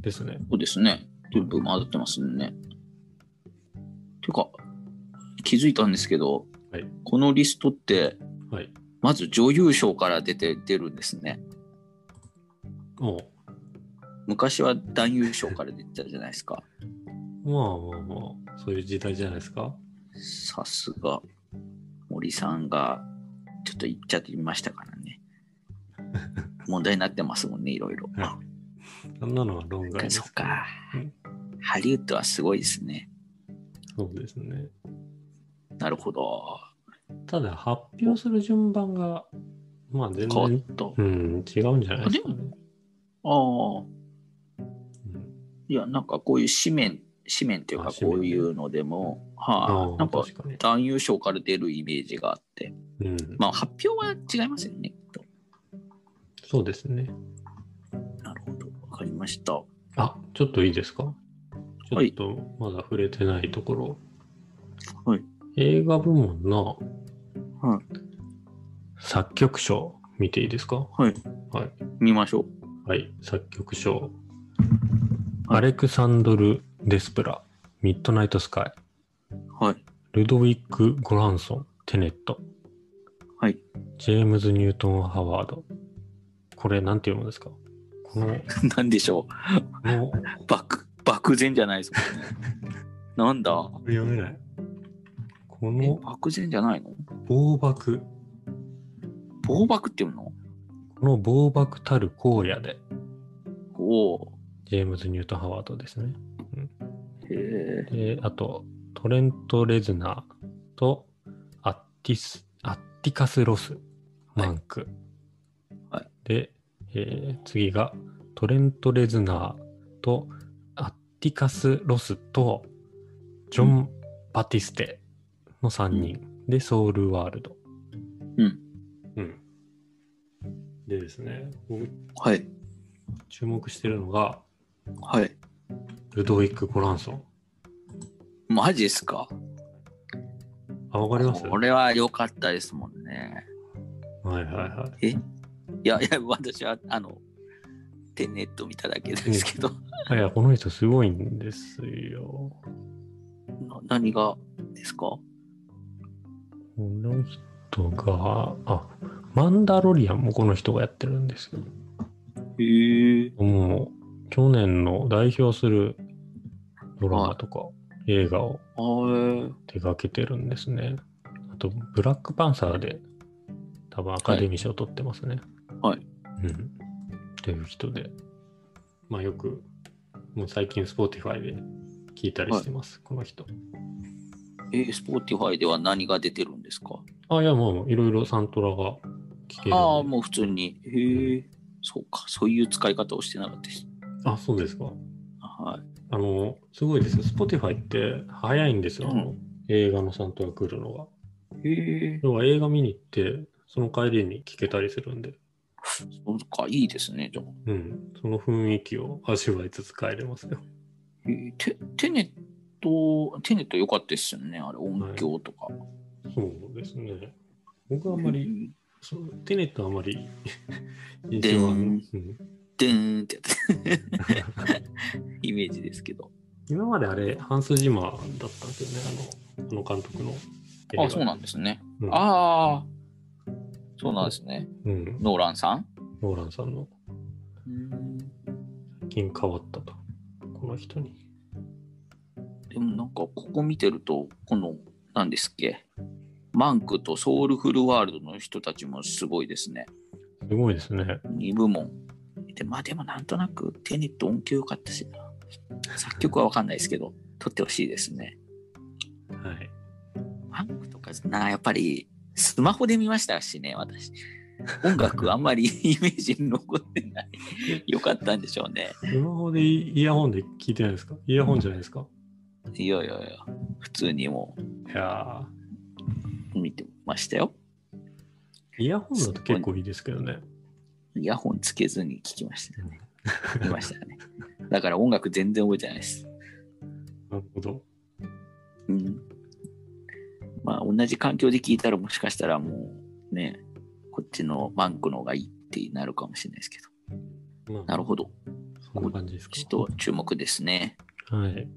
[SPEAKER 2] ですね。
[SPEAKER 1] そうですね。全部混ざってますね。てか、気づいたんですけど、
[SPEAKER 2] はい
[SPEAKER 1] このリストって、
[SPEAKER 2] はい。
[SPEAKER 1] まず女優賞から出て出るんですね。
[SPEAKER 2] も
[SPEAKER 1] 昔は男優賞から出てたじゃないですか。
[SPEAKER 2] う、まあまあまあ、そういう時代じゃないですか。
[SPEAKER 1] さすが、森さんが、ちょっと言っちゃってみましたから
[SPEAKER 2] [laughs]
[SPEAKER 1] ね。問題になってますもんね、いろいろ。
[SPEAKER 2] はあんなのは論外です、
[SPEAKER 1] そっか
[SPEAKER 2] うん。
[SPEAKER 1] ハリウッドはすごいですね。
[SPEAKER 2] そうですね。
[SPEAKER 1] なるほど。
[SPEAKER 2] ただ、発表する順番が、まあ全
[SPEAKER 1] 変わ
[SPEAKER 2] 然、
[SPEAKER 1] った。
[SPEAKER 2] うん、違うんじゃないですかね。
[SPEAKER 1] ああ、
[SPEAKER 2] うん
[SPEAKER 1] いや、なんかこういう紙面、紙面っていう
[SPEAKER 2] あ
[SPEAKER 1] か、
[SPEAKER 2] 紙
[SPEAKER 1] こ
[SPEAKER 2] 面
[SPEAKER 1] う
[SPEAKER 2] ね
[SPEAKER 1] いうのでも、は
[SPEAKER 2] あ
[SPEAKER 1] い、なんか
[SPEAKER 2] 確かに。
[SPEAKER 1] 男優賞から出るイメージがあって、
[SPEAKER 2] うん、
[SPEAKER 1] まあ発表は違いますよね、きっと。
[SPEAKER 2] そうですね。
[SPEAKER 1] なるほど、わかりました。
[SPEAKER 2] あ、ちょっといいですかちょ
[SPEAKER 1] は
[SPEAKER 2] っ
[SPEAKER 1] い
[SPEAKER 2] とまだ触れてないところ。
[SPEAKER 1] はい。
[SPEAKER 2] 映画部門の
[SPEAKER 1] はい
[SPEAKER 2] 作曲賞見ていいですか
[SPEAKER 1] はい。
[SPEAKER 2] はい。
[SPEAKER 1] 見ましょ
[SPEAKER 2] はい、作曲賞。
[SPEAKER 1] はい
[SPEAKER 2] アレクサンドル・デスプラ、ミッドナイト・スカイ、
[SPEAKER 1] う。はい。
[SPEAKER 2] ルドウィック・ゴランソン、テネット、
[SPEAKER 1] はい。
[SPEAKER 2] ジェームズ・ニュートン・ハワード。これ、なんて読むんですかこ
[SPEAKER 1] [laughs]
[SPEAKER 2] の、
[SPEAKER 1] なんでしょ
[SPEAKER 2] この、こ
[SPEAKER 1] う。漠漠然じゃないで
[SPEAKER 2] [laughs]
[SPEAKER 1] すか。なんだ
[SPEAKER 2] れ読めない。こ
[SPEAKER 1] え、
[SPEAKER 2] の、
[SPEAKER 1] 漠然じゃないの
[SPEAKER 2] 暴漠。
[SPEAKER 1] 暴漠っていうの
[SPEAKER 2] この暴漠たる荒野で、
[SPEAKER 1] おお。
[SPEAKER 2] ジェームズ・ニュートン・ハワードですね。
[SPEAKER 1] へえ。
[SPEAKER 2] で、あと、トレント・レズナーとアッティス、アッティカス・ロス、マンク。
[SPEAKER 1] はい
[SPEAKER 2] で、えー次が、トレント・レズナーとアッティカス・ロスとジョン・バティステの3人、で、ソウル・ワールド。
[SPEAKER 1] うん。
[SPEAKER 2] うん。でですね、僕
[SPEAKER 1] はい。
[SPEAKER 2] 注目してるのが、
[SPEAKER 1] はい。
[SPEAKER 2] ルドウィック・ゴランソン。
[SPEAKER 1] マジっすか
[SPEAKER 2] あ、わかります
[SPEAKER 1] これは良かったですもんね。
[SPEAKER 2] はいはいはい。
[SPEAKER 1] えいやいや、私は、あの、テネット見ただけですけど、
[SPEAKER 2] あいや、この人すごいんですよ。
[SPEAKER 1] な何がですか
[SPEAKER 2] この人が、あ、マンダロリアンもこの人がやってるんですよ。
[SPEAKER 1] へえ。
[SPEAKER 2] もう、去年の代表するドラマとか映画を
[SPEAKER 1] あー
[SPEAKER 2] 手掛けてるんですね。あと、ブラックパンサーで多分アカデミー賞取ってますね。
[SPEAKER 1] はい
[SPEAKER 2] うん。っていう人で。まあよく、もう最近 Spotify で聞いたりしてます、この人。
[SPEAKER 1] えー、スポーティファイでは何が出てるんですか
[SPEAKER 2] あ、いやもういろいろサントラが聞けるんで。
[SPEAKER 1] ああ、もう普通に。へえ、そうか、そういう使い方をしてなかったし。
[SPEAKER 2] あ、そうですか。
[SPEAKER 1] は
[SPEAKER 2] あの、すごいですよ。Spotify って早いんですよ。あの
[SPEAKER 1] う
[SPEAKER 2] 映画のサントラ来るのが。
[SPEAKER 1] い。へえ、
[SPEAKER 2] 要は映画見に行って、その帰りに聞けたりするんで、
[SPEAKER 1] そうか、いいですね、じゃあ。
[SPEAKER 2] うん、その雰囲気を味わいつつ帰れますよ。
[SPEAKER 1] えーテテネット、テネット良かったですよね、あれ、音響とか。
[SPEAKER 2] そうですね。僕はあんまり、そうテネットはあんまり [laughs] 印
[SPEAKER 1] で
[SPEAKER 2] 象
[SPEAKER 1] ん
[SPEAKER 2] は、うん、
[SPEAKER 1] でーんってやつイメージですけど。
[SPEAKER 2] 今まであれ、ハンス・ジマーだったんですよね、あの、あの監督の映画。
[SPEAKER 1] あ、そうなんですね。
[SPEAKER 2] うん
[SPEAKER 1] ああ、そうなんですね。
[SPEAKER 2] うん、
[SPEAKER 1] ノーランさん
[SPEAKER 2] ノーランさんの最近変わったと。この人に。
[SPEAKER 1] でもなんか、ここ見てると、この、何ですっけ、マンクとソウルフルワールドの人たちもすごいですね。
[SPEAKER 2] すごいですね。
[SPEAKER 1] 2部門。でまあでもなんとなくテネット音響良かったしな。作曲はわかんないですけど、撮ってほしいですね。
[SPEAKER 2] はい。
[SPEAKER 1] マンクとかな、やっぱりスマホで見ましたしね、私。音楽あんまり [laughs] イメージに残ってない。よかったんでしょうね。
[SPEAKER 2] スマホでイイヤホンで聞いてないですかイヤホンじゃないですか、
[SPEAKER 1] いやいやいや、普通にも
[SPEAKER 2] いや
[SPEAKER 1] う見てましたよ。
[SPEAKER 2] ーイヤホンだと結構いいですけどね。
[SPEAKER 1] イヤホンつけずに聞きましたね。見ましたね。だから音楽全然覚えてないです。
[SPEAKER 2] なるほど。
[SPEAKER 1] うん。まあ、同じ環境で聞いたら、もしかしたらもうね、こっちのバンクの方がいいってなるかもしれないですけど。
[SPEAKER 2] まあ、
[SPEAKER 1] なるほど。
[SPEAKER 2] そんな感じですか。
[SPEAKER 1] ちょっと注目ですね。
[SPEAKER 2] はい。